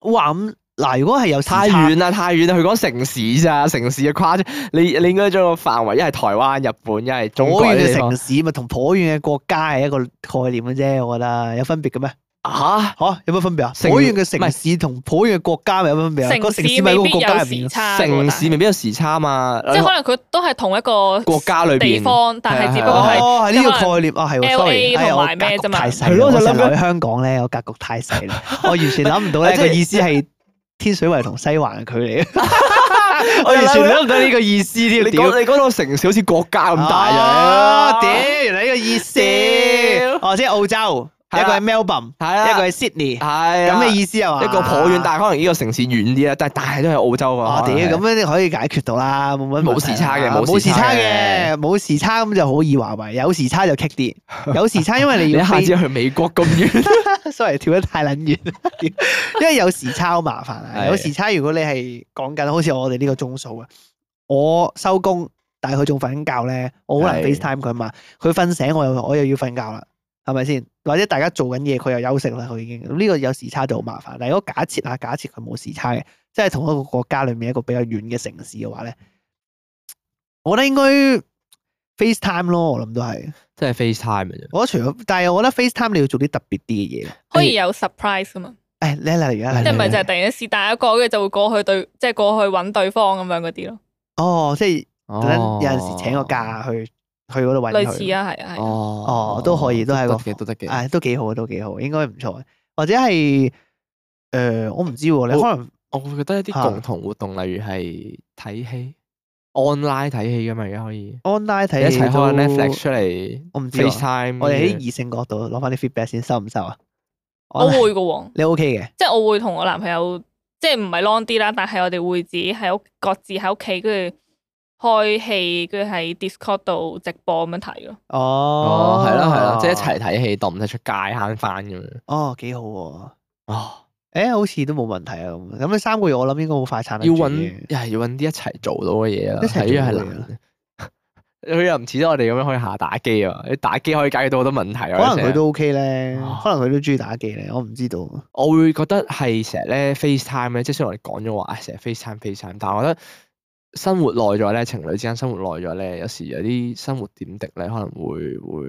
C: 哇咁嗱，如果係有時差
D: 太遠啦，太遠啦！佢講城市咋，城市嘅誇張。你你應該將個範圍一係台灣、日本，一係中
C: 頗
D: 國
C: 遠
D: 呢啲
C: 嘅
D: 地方
C: 城市咪同頗遠嘅國家係一個概念嘅啫，我覺得有分別嘅咩？
D: 嚇
C: 嚇有乜分別啊？
D: 城
C: 頗遠嘅
D: 唔
C: 城
D: 係
C: 市同頗遠嘅國家咪有乜分別啊？個
E: 城
C: 城市
E: 市
C: 咪
E: 未
C: 嗰個
E: 必
C: 國家
E: 有
C: 入啊邊
E: 時。差喎，
D: 城
E: 但
D: 市未必有時差嘛。
E: 係即係可能佢都係同一個
D: 國家裏
E: 地
D: 邊
E: 方，但係只不過係。
C: 哦，係呢個
E: 即係可
C: 概念啊，係喎
E: LA
C: ，sorry，哎呀
E: 同
C: 我
E: 埋咩
C: 格局
E: 啫嘛
C: 太細啦
D: 係咯
C: 我
D: 就
C: 成
D: 諗
C: 日
D: 緊
C: 留喺香港咧，我格局 太細啦，我完全諗唔到咧
D: 即
C: 個
D: 係
C: 意思係天水圍同西環嘅距離。
D: 我完全諗唔到呢個意思添。
C: 你
D: 屌，
C: 講
D: 你嗰個城市好似國家咁大
C: 哦
D: 啊！
C: 屌，原來呢個意思。
D: 屌
C: 哦，即係澳洲，
D: 係啦
C: 一個係 Melbourne，
D: 係啊，
C: 一個係 Sydney，咁
D: 係咁
C: 嘅
D: 你
C: 意思係嘛？
D: 一個頗遠，但係可能呢個城市遠啲啦，但係大都係澳洲
C: 哦
D: 啊。
C: 屌，
D: 可能係
C: 咁樣你可以解決到啦，冇乜問題
D: 冇時差嘅
C: 啊
D: 冇
C: 冇
D: 時
C: 時
D: 差
C: 差
D: 嘅
C: 嘅，冇時差咁就好易話為，有時差就棘啲，有時差因為
D: 你
C: 你
D: 一
C: 要
D: 下
C: 飛
D: 子去美國咁 遠，
C: sorry 跳得太撚遠， 因為有時差好麻煩啊。
D: 係
C: 有時差如果你係講緊好似我哋呢個鐘數啊，我收工，但係佢仲瞓緊覺咧，我好難
D: 係
C: FaceTime 佢嘛。佢瞓醒我又我又要瞓覺啦，係咪先？或者大家做緊嘢，佢又休息啦，佢已經咁呢個有時差就好麻煩。但係如果假設啊，假設佢冇時差嘅，即係同一個國家裏面一個比較遠嘅城市嘅話咧，我覺得應該 FaceTime 咯，我諗都係。
D: 真係 FaceTime 嘅啫。
C: 我覺得除咗，但係我覺得 FaceTime 你要做啲特別啲嘅嘢。
E: 可以有 surprise 噶嘛？
C: 誒，你嚟而家
E: 即
C: 嚟
E: 係咪
C: 嚟
E: 就係突然間是但一個，跟住就會過去對，即係過去揾對方咁樣嗰啲咯，
C: 哦，即係
D: 哦
C: 等有陣時請個。假去去嗰度揾佢。
E: 類似啊，係啊，係啊。
D: 哦
C: 哦都可以都係個
D: 得嘅，都得嘅。
C: 唉，都幾好，啊都幾好，應該唔錯。啊或者係誒，我唔知喎，你
D: 我
C: 可能
D: 我會覺得一啲
C: 嚇
D: 共同活動，例如係睇戲，online 睇戲噶啊嘛，而家可以
C: online
D: 一
C: 睇
D: 齊開個 Netflix
C: 出
D: 出嚟
C: 我唔知喎。
D: FaceTime。
C: 我哋喺異性角度攞翻啲 feedback 先，收唔收啊？
E: 我
C: online-
E: 會噶喎，
C: 你 OK 嘅，
E: 即係我會同我男朋友，即係唔係 long 啲啦，但係我哋會自己喺屋各自喺屋企，跟住開戲，跟住喺 Discord 度直播咁樣睇咯。
C: 哦
D: 哦，，係啦係啦，即係一齊睇戲，當唔使出街慳翻咁樣。
C: 哦，幾好喎。
D: 哦，
C: 誒，好似都冇問題啊咁。咁你三個月我諗應該好快撐得
D: 要
C: 住
D: 揾
C: 嘅
D: 又係要揾啲一齊做到嘅嘢啦，啊
C: 一齊
D: 係因為係
C: 做到嘅嘢啊
D: 難。佢又唔似得我哋咁樣可以下打機啊！你打機可以解決到好多問題啊。
C: 可能佢
D: 成日
C: 都 OK 咧
D: 哦，
C: 可能佢都中意打機咧，我唔知道。
D: 我會覺得係成日咧 FaceTime 咧，即係雖然我哋講咗話唉成日 FaceTime FaceTime，但係我覺得生活耐咗咧，情侶之間生活耐咗咧，有時有啲生活點滴咧，可能會會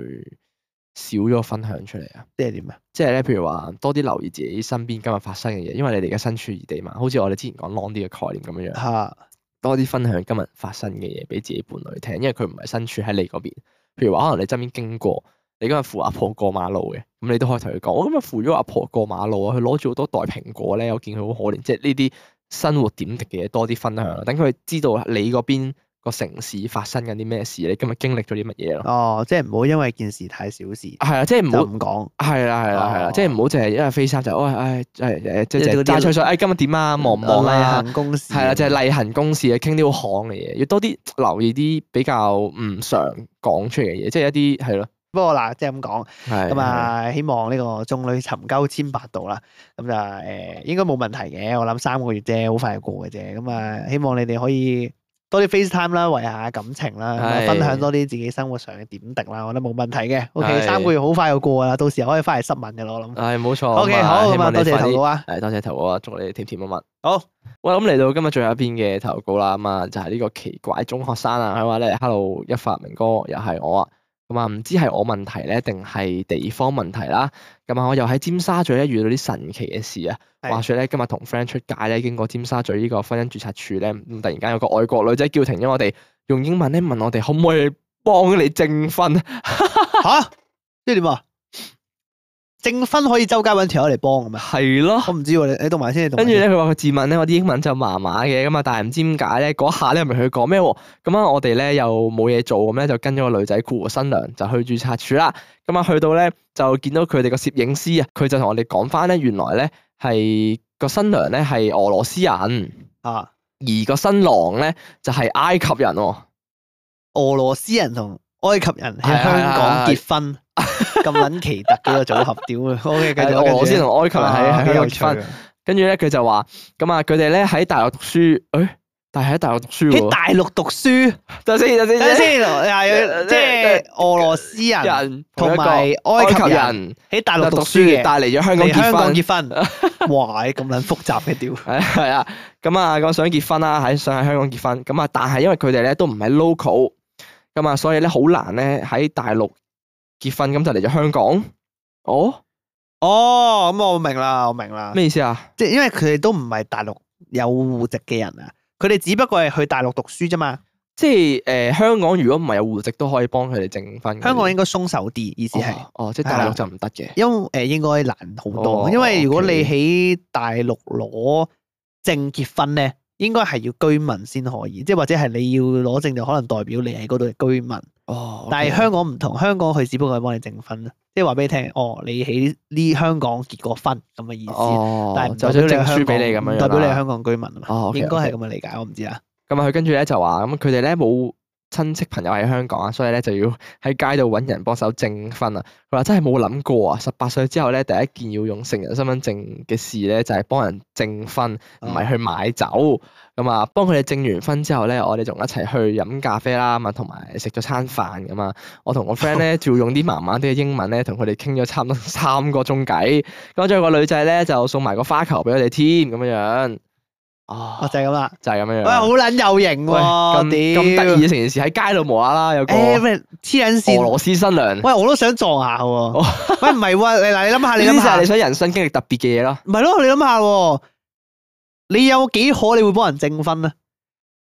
D: 少咗分享出嚟啊。
C: 即係點啊？
D: 即係咧，譬如話多啲留意自己身邊今日發生嘅嘢，因為你哋而家身處異地嘛，好似我哋之前講 long 啲嘅概念咁樣樣，
C: 嚇！
D: 多啲分享今日發生嘅嘢俾自己伴侶聽，因為佢唔係身處喺你嗰邊。譬如話，可能你側邊經過，你今日扶阿婆過馬路嘅，咁你都可以同佢講：我今日扶咗阿婆過馬路啊，佢攞住好多袋蘋果咧，我見佢好可憐。即係呢啲生活點滴嘅嘢多啲分享啦，等佢知道你嗰邊個城市發生緊啲咩事，你今日經歷咗啲乜嘢咯。
C: 哦，即係唔好因為件事太小事
D: 係啊，即係唔
C: 就
D: 好
C: 唔講。
D: 係啦係啦係啦，即係唔好淨係因哎為 face 衫就，唉唉誒誒，哎即係
C: 即係嗰啲
D: 齋吹水，唉今日點啊，忙唔忙啊？
C: 例行公事
D: 係啦，就係例行公事啊，傾啲好行嘅嘢，要多啲留意啲比較唔常講出嚟嘅嘢，即係一啲係咯，
C: 不過嗱，即係咁講
D: 係
C: 咁，啊，希望呢個眾女尋鳩千百度啦。咁就誒應該冇問題嘅，我諗三個月啫，好快就過嘅啫。咁啊，希望你哋可以多啲 FaceTime 啦，維繫下感情啦，咁啊
D: 係
C: 分享多啲自己生活上嘅點滴啦，我覺得冇問題嘅。
D: 係
C: OK，三個月好快就過㗎啦，到時候可以翻嚟濕吻嘅啦，我諗。
D: 係冇錯。
C: OK，
D: 啊
C: 好
D: 希
C: 咁啊，
D: 望你
C: 多謝
D: 快啲
C: 投稿啊。
D: 係多謝投稿啊，祝你甜甜蜜蜜。
C: 好，
D: 喂，咁嚟到今日最後一篇嘅投稿啦，咁啊就係呢個奇怪中學生啊，佢話咧，Hello 一發明哥又係我啊，咁啊唔知係我問題咧定係地方問題啦，咁啊我又喺尖沙咀咧遇到啲神奇嘅事啊，
C: 係
D: 話說咧今日同 friend 出街咧，經過尖沙咀呢個婚姻註冊處咧，咁突然間有個外國女仔叫停咗我哋，用英文咧問我哋可唔可以幫你證 婚，
C: 吓？即係點啊？證婚可以周街揾條友嚟幫㗎嘛？
D: 係咯。
C: 我唔知喎，你你讀埋先，你讀埋
D: 啊跟住
C: 先。
D: 咧，佢話佢自問咧，我啲英文就麻麻嘅咁啊，但係唔知點解咧，嗰下咧咪佢講咩喎？咁啊，我哋咧又冇嘢做，咁咧就跟咗個女仔顧新娘就去註冊處啦。咁啊，去到咧就見到佢哋個攝影師啊，佢就同我哋講翻咧，原來咧係個新娘咧係俄羅斯人，而
C: 啊。
D: 個新郎咧就係埃及人喎。
C: 俄羅斯人同埃及人
D: 係
C: 喺香港
D: 係係
C: 結婚，咁撚奇特嘅個組合，屌啊！OK，繼 續，啊
D: 俄羅斯人同埃及人喺
C: 幾
D: 喺香
C: 有
D: 港
C: 趣
D: 結婚，跟住咧佢就話咁啊，佢哋咧喺大陸讀書，誒，但係喺大陸讀書
C: 喺
D: 喎。
C: 大陸讀 書，
D: 等先，等先，
C: 等陣先，係即係俄羅斯人
D: 人
C: 同埋
D: 一個
C: 埃及人。喺大啊陸讀書嘅，
D: 帶嚟咗香港
C: 嚟香
D: 結
C: 港
D: 婚，
C: 結婚，哇！咁撚複雜嘅屌，
D: 係啊，咁啊，咁想結婚啦，喺想喺香港結婚，咁啊，但係因為佢哋咧都唔係 local，咁啊，所以咧好難咧喺大陸結婚，咁就嚟咗香港。哦，
C: 哦，咁我明啦，我明啦，
D: 咩意思啊？
C: 即係因為佢哋都唔係大陸有户籍嘅人啊，佢哋只不過係去大陸讀書啫嘛，
D: 即係誒、呃香港如果唔係有户籍都可以幫佢哋證婚嘅。
C: 香港應該鬆手啲，意思係。
D: 嗯
C: 啊
D: 哦哦，即係大陸就唔得嘅。
C: 因誒應該難好多，
D: 哦
C: 因為如果
D: OK
C: 你喺大陸攞證結婚咧，應該係要居民先可以，即係或者係你要攞證就可能代表你係嗰度嘅居民。
D: 哦，
C: 但係香港唔同，香港佢只不過係幫你證婚啦，即係話俾你聽，哦，你喺呢香港結過婚咁嘅意思。
D: 哦，
C: 但係唔
D: 就
C: 代
D: 將
C: 表你係
D: 證
C: 香港，
D: 書俾你咁樣
C: 唔
D: 樣
C: 代表你係
D: 啦
C: 香港居民啊嘛。
D: 哦，OK，
C: 應該係
D: OK
C: 咁嘅理解，我唔知啊。
D: 咁啊，佢跟住咧就話咁，佢哋咧冇親戚朋友喺香港啊，所以咧就要喺街度揾人幫手證婚啊。佢話真係冇諗過啊，十八歲之後咧，第一件要用成人身份證嘅事咧，就係、幫人證婚，唔係去買酒。咁啊，幫佢哋證完婚之後咧，我哋仲一齊去飲咖啡啦，咁啊，同埋食咗餐飯咁啊。我同我 friend 咧，就用啲麻麻啲嘅英文咧，同佢哋傾咗差唔多三個鐘偈。咁仲有個女仔咧，就送埋個花球俾我哋添，咁樣樣。
C: 哦，
D: 哦，
C: 就係咁啦。
D: 就係咁樣樣
C: 喂，。好撚有型
D: 喂，咁
C: 喎！屌
D: 咁得意嘅成件事喺街度無啦啦有個
C: 誒
D: 俄
C: 咩黐撚線？
D: 羅斯新娘，
C: 喂，我都想撞下 喎。喂，唔係喎，你嗱，你諗下，
D: 呢
C: 你
D: 啲就
C: 諗
D: 係
C: 下
D: 你，想人生經歷特別嘅嘢咯。
C: 唔係咯，你諗下喎，你有幾可你會幫人證婚啊？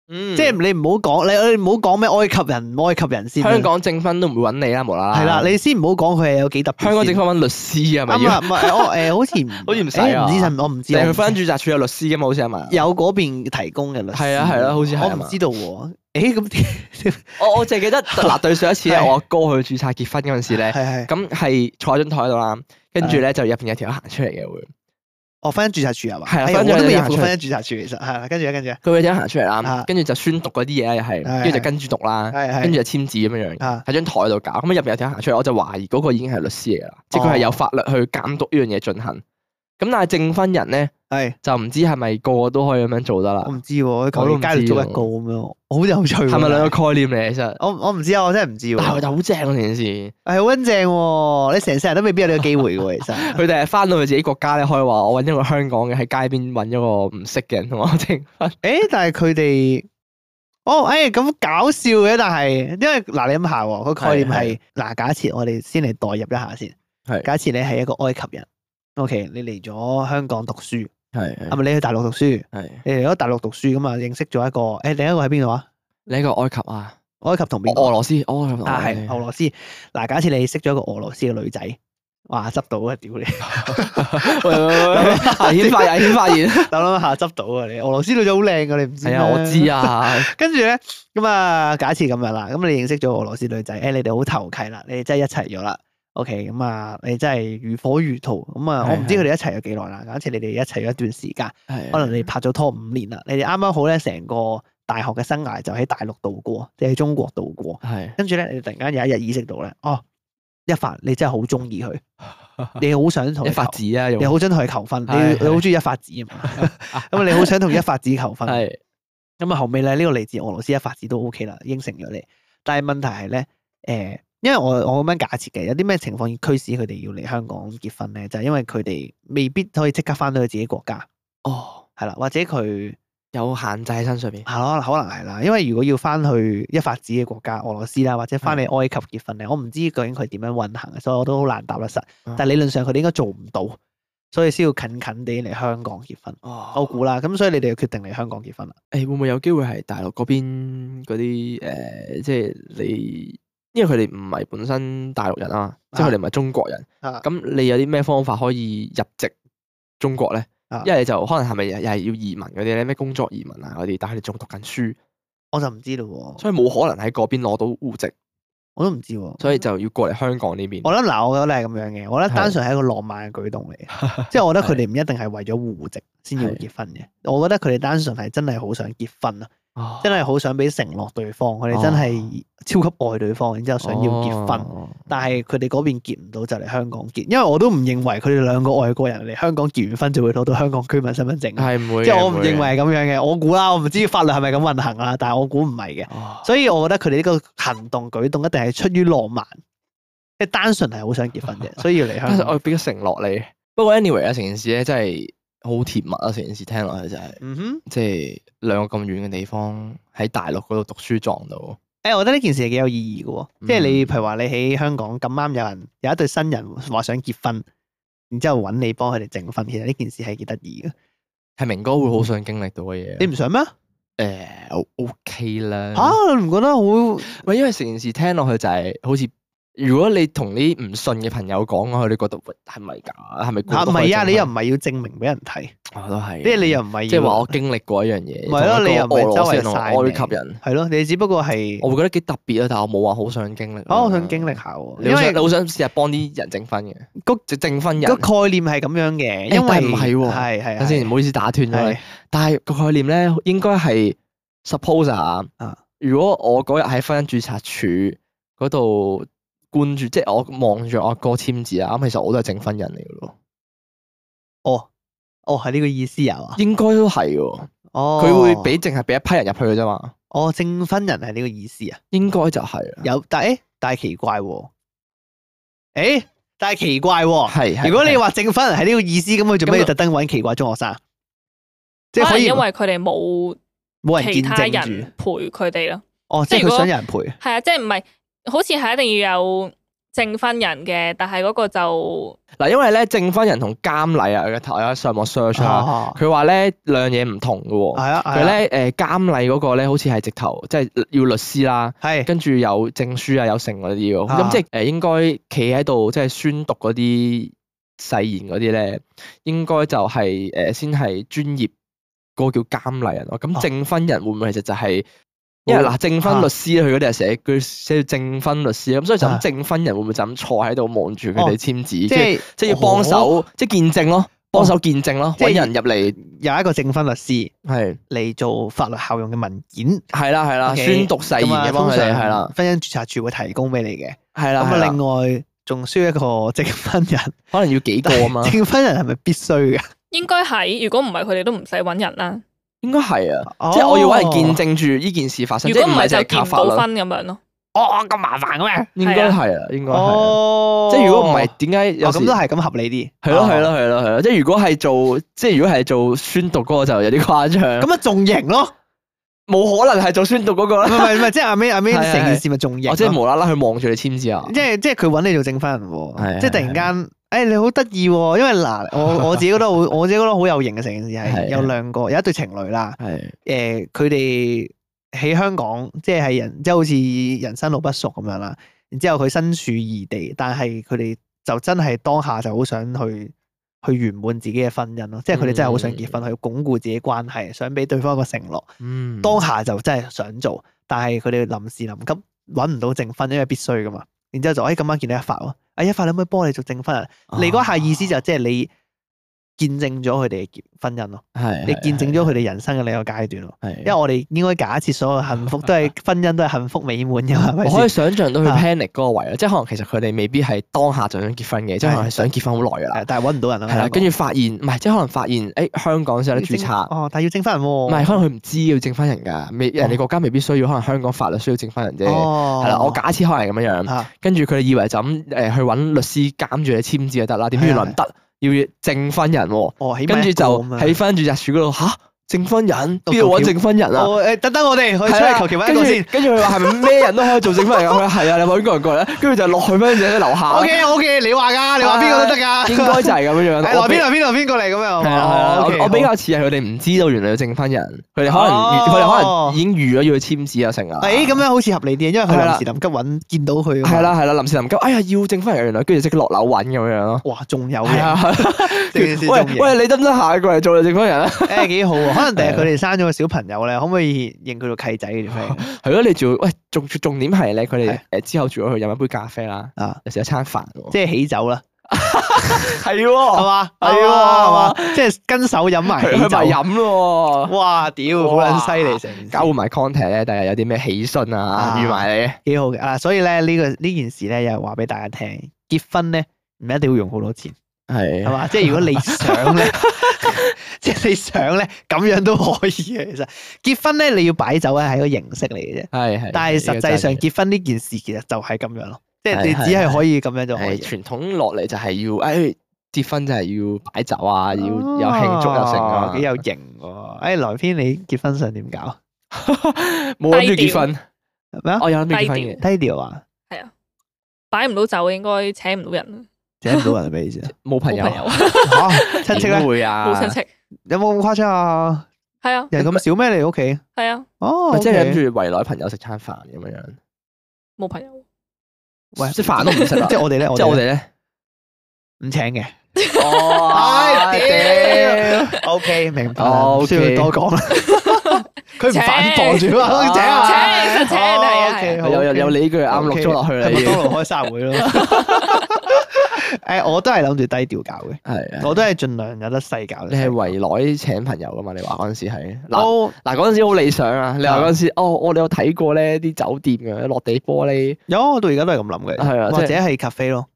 D: 嗯
C: 即係你唔好講，你你唔好講咩埃及人唔埃及人先啦。啊
D: 香港證婚都唔會揾你啦，無啦啦。
C: 係啦，你先唔好講佢係有幾特別先。
D: 香港證婚揾律師啊，咪
C: 啱啊，
D: 要？
C: 唔係我誒，好似唔
D: 好似唔使
C: 誒
D: 啊
C: 唔知係咪我唔知
D: 你
C: 我
D: 去
C: 唔知
D: 婚姻註冊處有律師噶啊嘛？好似係咪？
C: 有嗰邊提供嘅律師。
D: 係啊係啊好似係
C: 我
D: 啊
C: 唔
D: 嘛
C: 知道喎。誒咁
D: 我我淨係 記得嗱，對上一次咧，
C: 係
D: 我阿哥去註冊結婚嗰陣時
C: 係
D: 咧，
C: 係
D: 咁係坐喺張台度啦，跟住咧就入邊有條友行出嚟嘅會，
C: 哦，婚姻註冊處係嘛？
D: 係啊
C: 哎
D: 婚姻
C: 我都未
D: 註冊
C: 入過
D: 處
C: 婚姻註冊處，其實係啦，跟住啊咧，跟住咧，
D: 佢會有條友行出嚟啦
C: 啊，
D: 跟住就宣讀嗰啲嘢啦，又係，
C: 係
D: 跟住就跟住讀啦。
C: 係係
D: 啊跟住就簽字咁樣樣，
C: 啊
D: 喺張台度搞，咁入邊有條行出嚟，我就懷疑嗰個已經係律師嚟㗎啦，即係佢係有法律去監督呢樣嘢進行。咁但係證婚人咧
C: 係
D: 就唔知係咪個個都可以咁樣做得啦
C: 我，唔知喎，佢求其街度捉一個咁樣，好有趣喎。
D: 係咪兩個概念嚟？其實，
C: 我我唔知啊，我真係唔知
D: 但係
C: 喎。
D: 就好正喎呢件事。
C: 係好撚正喎，你成世人都未必有呢個機會嘅喎，其 實。
D: 佢哋係翻到去自己國家咧，可以話我揾一個香港嘅喺街邊揾一個唔識嘅人同 我證婚。
C: 誒，但係佢哋，哦，誒咁搞笑嘅，但係因為嗱，你諗下喎，個概念係嗱，假設我哋先嚟代入一下先，
D: 係
C: 假設你係一個埃及人，OK，你嚟咗香港讀書，啊係
D: 係
C: 咪你去大陸讀書？
D: 係
C: 你嚟咗大陸讀書咁啊，認識咗一個，誒，另一個喺邊度啊？
D: 你一個埃及啊，
C: 埃及同邊個
D: 俄？羅斯，俄羅斯哎
C: 啊，係 俄羅斯。嗱，假設你識咗一個俄羅斯嘅女仔，哇，執到啊！屌你， 諗
D: 喂喂喂喂危險發 現，危險發現。
C: 諗下執到啊！你俄羅斯女仔好靚噶，你唔知
D: 係啊，我知
C: 啊。
D: 啊。
C: 跟住咧，咁啊，假設咁樣啦，咁你認識咗俄羅斯女仔，誒，你哋好投契啦，你哋真係一齊咗啦。OK，咁啊，你真係如火如荼。咁啊，
D: 係
C: 我唔知佢哋一齊咗幾耐啦。假設你哋一齊咗一段時間，
D: 係
C: 可能你拍咗拖五年啦，你哋啱啱好咧，成個大學嘅生涯就喺大陸度過，即係喺中國度過。
D: 係。
C: 跟住咧，你突然間有一日意識到咧，哦，一發你真係好中 意佢，你好想同
D: 一
C: 佢
D: 發
C: 求
D: 子啊，用
C: 你好想同佢求婚，你
D: 係
C: 你好中意一發子啊嘛，咁你好想同一發子求婚，
D: 係
C: 咁啊後尾咧呢個嚟自俄羅斯一發子都 OK 啦，應承咗你，但係問題係咧，誒，因為我我咁樣假設嘅，有啲咩情況要驅使佢哋要嚟香港結婚咧，就係因為佢哋未必可以即刻翻到去自己國家，
D: 哦，
C: 係啦，或者佢
D: 有限制喺身上邊。
C: 係咯，可能係啦，因為如果要翻去一法子嘅國家俄羅斯啦，或者翻去埃及結婚咧，我唔知究竟佢點樣運行，所以我都好難答得實
D: 嗯。
C: 但理論上佢哋應該做唔到，所以先要近近地嚟香港結婚，
D: 哦
C: 我估啦。咁所以你哋就決定嚟香港結婚啦。
D: 誒會唔會有機會係大陸嗰邊嗰啲誒，即係你，因為佢哋唔係本身大陸人啊，即係佢哋唔係中國人，
C: 咁
D: 咁你有啲咩方法可以入籍中國咧
C: 啊？
D: 一係就可能係咪又係要移民嗰啲咧，咩工作移民啊嗰啲，但係佢哋仲讀緊書，
C: 我就唔知咯喎，
D: 所以冇可能喺嗰邊攞到户
C: 嗯
D: 籍，
C: 我都唔知喎。
D: 所以就要過嚟香港呢邊。
C: 我諗嗱，我覺得係咁樣嘅，我覺得
D: 係
C: 單純係一個浪漫嘅舉動嚟 嘅，即係我覺得佢哋唔一定係為咗户籍先要
D: 係
C: 結婚嘅，我覺得佢哋單純係真係好想結婚啊。
D: 哦
C: 真係好想俾承諾對方，佢哋真係超級愛對方，然之後想要結婚，
D: 哦
C: 但係佢哋嗰邊結唔到就嚟香港結，因為我都唔認為佢哋兩個外國人嚟香港結完婚就會攞到香港居民身份證，啊
D: 係唔會嘅，
C: 即係我唔
D: 會嘅
C: 認為。係咁樣嘅，我估啦，我唔知法律係咪咁運行啊啦，但係我估唔係嘅，
D: 哦
C: 所以我覺得佢哋呢個行動舉動一定係出於浪漫，即係單純係好想結婚啫，所以要嚟
D: 但
C: 香
D: 係
C: 港。
D: 我俾咗承諾你。不過 anyway 啊，成件事咧真係好甜蜜啊！成件事聽落去就係、
C: 嗯哼，
D: 即係兩個咁遠嘅地方喺大陸嗰度讀書撞到，
C: 誒、我覺得呢件事係幾有意義嘅喎，即係你
D: 嗯
C: 譬如話你喺香港咁啱有人有一對新人話想結婚，然之後揾你幫佢哋證婚，其實呢件事係幾得意嘅。
D: 係啊明哥會
C: 嗯
D: 好想經歷到嘅嘢。啊
C: 你唔想咩？
D: 誒、O-
C: 呃
D: OK 啦。
C: 嚇、你唔覺得好？
D: 喂，因為成件事聽落去就係好似如果你同啲唔信嘅朋友講佢哋覺得喂係咪㗎？係
C: 吓
D: 咪估
C: 唔
D: 到佢
C: 係啊？
D: 真
C: 你又唔係要證明俾人睇，
D: 我都係，啊
C: 即係你又唔係要
D: 即係話我經歷過一樣嘢，
C: 唔係咯
D: 同一個
C: 你又唔係
D: 俄羅斯人同
C: 周圍晒命
D: 埃及人，
C: 係咯，你只不過係
D: 我會覺得幾特別啊！但係我冇話好想經歷。
C: 啊，我想經歷，下喎，
D: 你
C: 因
D: 好想
C: 為
D: 你好想試下幫啲人整婚嘅，
C: 個
D: 即整婚人
C: 個。概念係咁樣嘅，因
D: 但
C: 為
D: 係唔係喎
C: 係係
D: 等先，唔好意思打斷咗你
C: 係。
D: 但係個概念咧，應該係 suppose 啊
C: 啊，
D: 如果我嗰日喺婚姻註冊處嗰度觀住，即係我望住我阿哥簽字啊，咁其實我都係整婚人嚟嘅咯，
C: 哦哦係呢個意思啊嘛，
D: 應該都係喎。
C: 哦
D: 佢會俾淨係俾一批人入去嘅啫嘛，
C: 哦證婚人係呢個意思啊，
D: 應該就係啦。
C: 有但誒但係奇怪喎，誒但係奇怪喎。
D: 係係
C: 哦如果你
D: 係啊
C: 話證婚人係呢個意思，咁佢做咩要特登揾奇怪中學生？即係
E: 可
C: 可
E: 能
C: 以
E: 因為佢哋冇
C: 冇人
E: 其
C: 見
E: 他
C: 證住
E: 人，陪佢哋咯。
C: 哦，即係
E: 即係如
C: 佢
E: 果
C: 想有人陪。
E: 係啊，即係唔係好似係一定要有證婚人嘅，但係嗰個就
D: 嗱，因為咧證婚人同監禮啊，我頭我上網 search 啊，
C: 哦
D: 佢話咧兩樣嘢唔同嘅
C: 係
D: 喎。
C: 啊，
D: 佢
C: 係啊，
D: 咧誒監禮嗰個咧，好似係直頭即係要律師啦。
C: 係
D: 跟住有證書啊，有成嗰啲喎。咁、
C: 啊
D: 即係誒應該企喺度，即係宣讀嗰啲誓言嗰啲咧，應該就係、誒先係專業嗰個叫監禮人咯。咁
C: 哦
D: 證婚人會唔會其實就係、因為嗱，證婚律師啊佢嗰啲係寫佢寫住證婚律師咁，所以就
C: 啊
D: 咁證婚人會唔會就咁坐喺度望住佢
C: 哦
D: 哋簽字，
C: 即
D: 即
C: 係
D: 係
C: 哦
D: 即係哦要幫手，即係見證咯，幫手見證咯，
C: 即係
D: 揾人入嚟
C: 有一個證婚律師
D: 係
C: 嚟做法律效用嘅文件。
D: 係啦係啦，
C: OK，
D: 宣讀誓言
C: 咁啊
D: 嘅幫佢
C: 通
D: 哋
C: 常
D: 係啦
C: 婚姻註冊處會提供俾你嘅。
D: 係
C: 咁
D: 啦，係
C: 啊，
D: 啦
C: 另外仲需要一個證婚人。
D: 可能要幾個 啊嘛。
C: 證婚人係咪必須嘅？
E: 應該係，如果唔係佢哋都唔使揾人啦。
D: 應該係啊，
C: 哦
D: 即係我要揾人見。證住呢件事發生，
E: 如
D: 即係
E: 果唔
D: 唔係
E: 係
D: 就
E: 就
D: 係靠
E: 結唔
D: 法
E: 到
D: 律。
E: 婚咁樣咯。
C: 哦，咁麻煩嘅咩？
D: 應該係啊，應該係啊。
C: 哦，
D: 即係如果唔係，點解有
C: 哦
D: 時
C: 咁都係咁合理啲。
D: 係咯
C: 哦
D: 係咯。係咯係咯，即係如果係做即係如果係做宣讀嗰個就有啲誇張，咁
C: 咁啊，仲型咯。
D: 冇可能係做宣讀嗰個
C: 唔
D: 啦。啊
C: 係唔係，即係阿 May 阿 May
D: 係係
C: 成件事咪仲型
D: 我
C: 咯，
D: 即
C: 即
D: 係無啦啦去望住你簽字啊！
C: 係即係佢揾你做證婚人
D: 係
C: 喎，
D: 係
C: 即係突然間，誒你好得意喎，因為嗱，我我自己覺得 好，我自己覺得好有型嘅成件事
D: 係
C: 係有兩個，有一對情侶啦，
D: 係
C: 誒呃佢哋喺香港，即係人即係好似人生路不熟咁樣啦，然之後佢身處異地，但係佢哋就真係當下就好想去。去圓滿自己嘅婚姻咯，即係佢哋真係好想結婚，去鞏固自己關係，想俾對方一個承諾。
D: 嗯
C: 當下就真係想做，但係佢哋臨時臨急揾唔到證婚，因為必須噶嘛。然之後就哎今晚見到一發喎，哎一發你可唔可以幫我哋做證婚啊？你嗰下意思就即係你見證咗佢哋嘅結婚姻咯，
D: 係
C: 你見證咗佢哋人生嘅另一個階段咯。
D: 係，因
C: 因為我哋應該假設所有幸福都 係婚姻都係幸福美滿嘅嘛，係咪
D: 我可
C: 先？
D: 以想象到佢
C: 啊
D: panic 嗰個位咯，即係可能其實佢哋未必係當下就想結婚嘅，即係可能係啊想結婚好耐噶啦
C: 係，但係揾唔到人啦。
D: 係啦，
C: 香港
D: 跟住發現唔係，即係可能發現誒香港先有得註冊。
C: 哦，但係要證婚人喎。
D: 唔係，可能佢唔知要證婚人㗎，未人哋
C: 哦
D: 國家未必需要，可能香港法律需要證婚人啫。係
C: 哦，啊
D: 啦，我假設可能係咁樣樣，
C: 嚇
D: 跟住佢哋以為就咁誒去揾律師監住你簽字就得啦，點知
C: 係啊
D: 原來唔得，要證婚人喎。
C: 哦，起碼
D: 跟住
C: 一個
D: 就
C: 咁樣
D: 喺婚住日署嗰度吓，證婚人
C: 都
D: 邊度揾
C: 求其
D: 證婚人啊？
C: 哦誒等等我哋去出
D: 係啦
C: 去求其揾一個先。
D: 跟住跟住佢話係咪咩人都可以做證婚人㗎？佢話係啊，你揾個人過嚟啦，跟住就落去婚者樓 下
C: O，K O K，你話㗎，你話邊個都得㗎。
D: 應 啊該就係咁樣樣。
C: 係
D: 我
C: 來
D: 比
C: 邊度邊度邊個嚟咁樣？
D: 係啊係啊，
C: 哦，OK，
D: 我我比
C: 好
D: 較似係佢哋唔知道原來要證婚人，佢哋可能
C: 哦
D: 佢哋可能已經預咗要去簽字啊成啊。
C: 誒咁樣好似合理啲，因為佢
D: 係
C: 臨
D: 啦
C: 時臨急揾見到佢㗎嘛。啊
D: 係啦係啦，臨時臨急，哎呀要證婚人原來，跟住即刻落樓揾咁樣樣咯。
C: 哇，仲有
D: 係
C: 嘅，
D: 啊，
C: 成件事仲
D: 喂
C: 嘢，
D: 喂，啊你得唔得下過嚟做你證婚人啊？
C: 誒幾好喎！可能第日佢哋生咗個小朋友咧，可唔可以認佢做契仔 嘅 friend
D: 係咯，你仲要喂重重點係咧，佢哋
C: 係
D: 誒之後仲要去飲一杯咖啡啦，
C: 啊？
D: 又食一餐飯喎。
C: 即係喜酒啦，哦係
D: 係喎，
C: 嘛？
D: 係喎
C: 係嘛？即係跟手飲埋
D: 佢
C: 喜
D: 佢咪
C: 酒。
D: 飲咯
C: 哇！屌，好
D: 哇
C: 撚犀利成件
D: 喎，
C: 事
D: 搞換埋 contact 咧，第日有啲咩喜訊啊，
C: 啊
D: 預埋你。
C: 幾好嘅啊！所以咧呢個呢件事咧，又話俾大家聽，結婚咧唔一定要用好多錢。
D: 係
C: 係嘛？即係如果你想 咧， 即係你想咧，咁樣都可以嘅。其實結婚咧，你要擺酒咧係一個形式嚟嘅啫，
D: 係係，
C: 但係實際上
D: 呢個真嘅
C: 結婚呢件事其實就係咁樣咯，即係你
D: 係係
C: 只係可以咁樣就可以
D: 係。傳統落嚟就係要誒結婚就係要擺酒啊，要有慶祝又成
C: 哦，
D: 啊
C: 幾有型喎！誒，萊編你結婚想點搞？
D: 冇諗住
E: 低調
D: 結婚，哦
C: 咩啊？
D: 我有諗住結婚嘅。
C: 低調啊，
E: 擺唔到酒應該請唔到人，
C: 請唔到人係咩意思 啊？
D: 冇朋友
E: 冇朋友，
D: 哦
C: 嚇，親戚
D: 點
C: 咧
D: 會啊，
E: 冇親戚。
C: 有冇咁誇張啊？
E: 係啊，
C: 人咁少咩？你屋企？
E: 係啊，
C: 哦
D: 咪，即係諗
C: 住
D: 住圍內朋友食餐飯咁樣樣。
E: 冇朋友。
C: 喂
D: 即係飯都唔 食啦。啊
C: 啊即係我哋咧，
D: 即係我
C: 哋
D: 哋咧，
C: 唔請嘅。
D: 哦，
C: 哎唉屌，O K，明白啦，唔需要
D: OK
C: 多講啦。 佢唔反駁住啊，
D: 哦請
C: 請啊，
E: 請實請係啊
C: 哦，OK，
E: 係
C: 好
D: 有有有理據啱
C: OK，
D: 錄咗落去啦，已
C: 係麥
D: 經
C: 當勞開生日會 咯。 誒，我都係諗住低調搞嘅，
D: 係啊。
C: 我都係盡量有得細搞。
D: 你係圍內請朋友噶嘛？你話嗰陣時係嗱
C: 都
D: 嗱嗰陣時好理想啊！你話嗰陣時哦，我哋有睇過咧啲酒店嘅落地玻璃
C: 有，我到而家都係咁諗嘅，
D: 係啊，
C: 或
D: 即
C: 者
D: 係
C: 係 cafe 咯，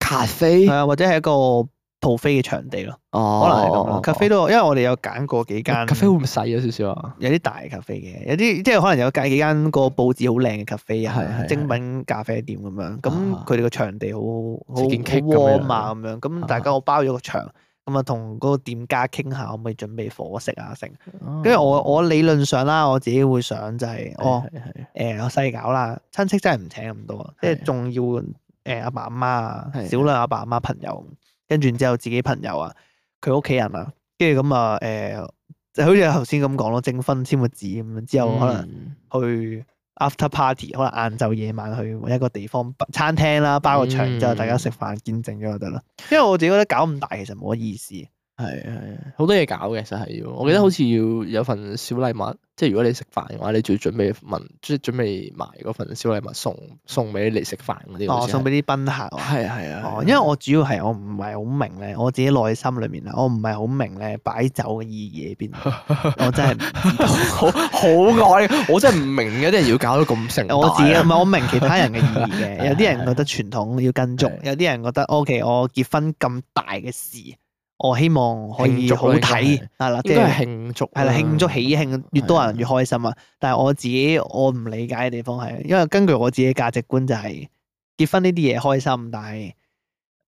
D: 咖啡
C: 係啊，或者係一個 p 飛嘅場地咯，可
D: 哦，
C: 能係咁啊咯。cafe
D: 都
C: 都，因為我哋有揀過幾間
D: 咖啡會唔會細咗少少啊？
C: 有啲大咖啡嘅，有啲即係可能有介幾間個佈置好靚嘅咖啡
D: 係
C: 啊
D: 係，
C: 精品咖啡店咁樣，
D: 啊
C: 咁佢哋個場地好好好
D: 自建 kick 咁
C: warm
D: 樣
C: 啊咁樣，咁
D: 啊
C: 大家我包咗個場，咁啊同嗰個店家傾下可唔可以準備伙食啊成，跟住我我理論上啦，我自己會想就係哦
D: 哦係係
C: 誒我細搞啦，親戚真係唔請咁多，即
D: 係
C: 係仲要誒阿爸阿媽啊
D: 係，
C: 少量阿爸阿媽朋友，啊跟住然之後自己朋友啊，佢屋企人啊，跟住咁啊誒，就好似頭先咁講咯，證婚簽個字咁樣，之後可能
D: 嗯
C: 去 after party，可能晏晝夜晚去揾一個地方餐廳啦，包個場之後
D: 嗯
C: 大家食飯見證咗就得啦。因為我自己覺得搞咁大其實冇乜意思，
D: 係係好多嘢搞嘅，其實係要。我記得好似要有份小禮物，即係如果你食飯嘅話，你仲要準備問，即係準備埋嗰份小禮物送送俾你嚟食飯嗰啲。
C: 哦送俾啲賓客啊。
D: 係係啊。
C: 哦，因為我主要係我唔係好明咧，我自己內心裏面啊，我唔係好明咧擺酒嘅意義喺 邊，我真係唔知道。
D: 好啊好愛，我真係唔明嘅，啲人要搞到咁盛大啊。
C: 我自己唔係我明其他人嘅意義 嘅，有啲人
D: 係
C: 覺得傳統要跟足
D: 係，
C: 有啲人覺得 O.K. 我結婚咁大嘅事，我希望可
D: 慶
C: 以
D: 祝
C: 好
D: 咯應該係
C: 睇，係啦，即
D: 應該係
C: 係
D: 慶祝啊，
C: 係啦，慶祝喜慶，越多人
D: 係
C: 越開心啊！但係我自己我唔理解嘅地方係，因為根據我自己嘅價值觀就係結婚呢啲嘢開心，但係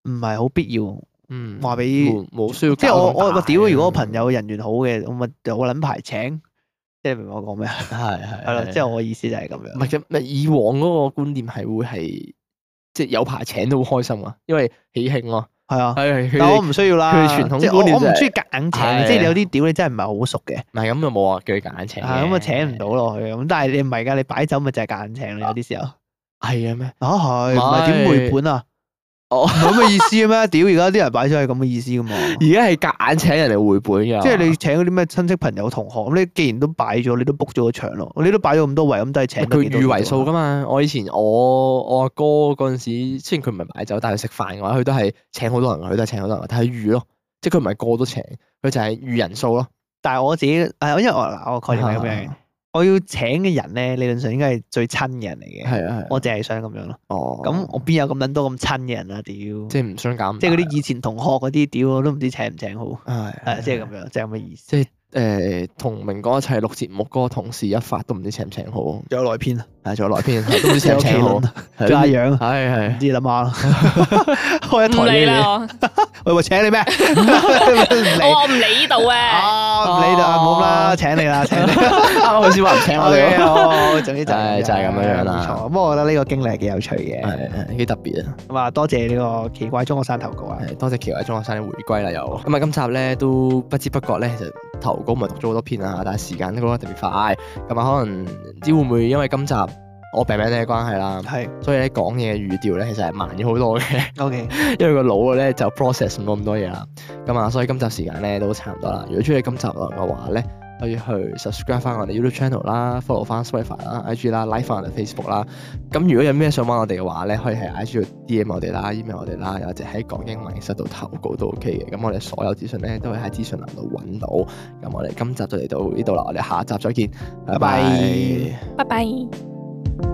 C: 唔係好必要。
D: 嗯，
C: 話俾
D: 冇冇需要搞
C: 即係
D: 到咁大
C: 我
D: 啊。
C: 我我屌！如果我朋友人緣好嘅，我咪我撚排請，即係你明我講咩啊？
D: 係係
C: 係啦，即係我意思就係咁
D: 唔
C: 樣。
D: 係嘅，咪以往嗰個觀念係會係即係有排請都好開心啊，因為喜慶咯。
C: 係啊，
D: 係佢
C: 但我
D: 哋
C: 唔需要啦。
D: 佢哋傳統
C: 即係
D: 觀
C: 我
D: 念
C: 我唔
D: 就係
C: 中意夾硬請，
D: 係
C: 即係有啲屌你真係唔係好熟嘅，
D: 唔係咁就冇啊，叫佢夾硬請嘅。
C: 係咁啊請唔到落去咁。但係你唔係㗎，你擺酒咪就係夾硬請咯，有啲時候。
D: 係啊咩？
C: 啊係，唔
D: 哦唔
C: 係
D: 係
C: 點回本啊？
D: 哦
C: 唔係咁嘅意思嘅咩？屌，而家啲人擺酒係咁嘅意思 㗎嘛？
D: 而家係夾硬請人嚟回本㗎。
C: 即係你請嗰啲咩親戚朋友同學，咁你既然都擺咗，你都 book 咗個場咯，你都擺咗咁多位，啊咁都係請
D: 佢預為數
C: 㗎
D: 㗎嘛？我以前我我阿哥嗰陣時，雖然佢唔係擺酒，但係食飯嘅話，佢都係請好多人，佢都係請好多人，但係預咯，即係佢唔係個個都請，佢就係預人數咯。
C: 但係我自己，誒，因為我嗱，我概念係咁
D: 啊
C: 樣嘅，我要請嘅人咧，理論上應該係最親嘅人嚟嘅。
D: 係啊係啊。
C: 我淨係想咁樣咯。
D: 哦，
C: 咁我邊有咁撚多咁親嘅人啊？屌！即
D: 即係唔想搞咁大，
C: 係嗰啲以前同學嗰啲，屌我都唔知請唔請好。
D: 係
C: 係啊即係咁樣，即係咁嘅意思。
D: 即係誒同明哥一齊錄節目嗰個同事一發都唔知請唔請好，
C: 仲有內篇啊，
D: 係仲有來片 都唔
C: 仲
D: 知請
C: 有
D: 唔
C: 麒
D: 請好
C: 麟，啊，仲有阿楊啊，
D: 係
C: 唔
D: 係
C: 知諗下 咯。開一
E: 唔理
C: 台
E: 啦，
C: 嘢，
E: 我
C: 喂喂， 請你咩？
E: 我話
C: 唔理
D: 哦
E: 我唔理呢度啊，
C: 啊，唔理就啊冇啦，請你啦，請 你。
D: 啱佢先話唔請我哋
C: OK，
D: 咯，
C: 好， 總之就係
D: 係就係咁樣樣啦
C: 冇錯，咁我覺得呢個經歷係幾有趣嘅。
D: 係係幾特別啊！
C: 咁啊，多謝呢個奇怪中學生投稿啊！
D: 係多謝喬偉中學生嘅回歸啦，又咁啊！今集咧都不知不覺咧，其實投稿咪讀咗好多篇啦，但係時間都過得特別快，咁啊可能唔知會唔會因為今集我病病嘅關係啦，
C: 係
D: 所以咧講嘢嘅語調咧其實係慢咗好多嘅。
C: ，OK，
D: 因為個腦咧就 process 唔到咁多嘢啦，咁啊，所以今集時間咧都差唔多啦。如果中意今集內容嘅話咧，可以去 subscribe 翻我哋 YouTube channel 啦，follow 翻 Spotify 啦、IG 啦、like 翻我哋 Facebook 啦。咁如果有咩想揾我哋嘅話咧，可以喺 IG 度 DM 我哋啦、email 我哋啦，又或者喺講英文室度投稿都 OK 嘅。咁我哋所有資訊咧都係喺資訊欄度揾到。咁我哋今集就嚟到呢度啦，我哋下集再見，
C: 拜
D: 拜
C: 拜
E: 拜拜。
D: 拜
C: 拜。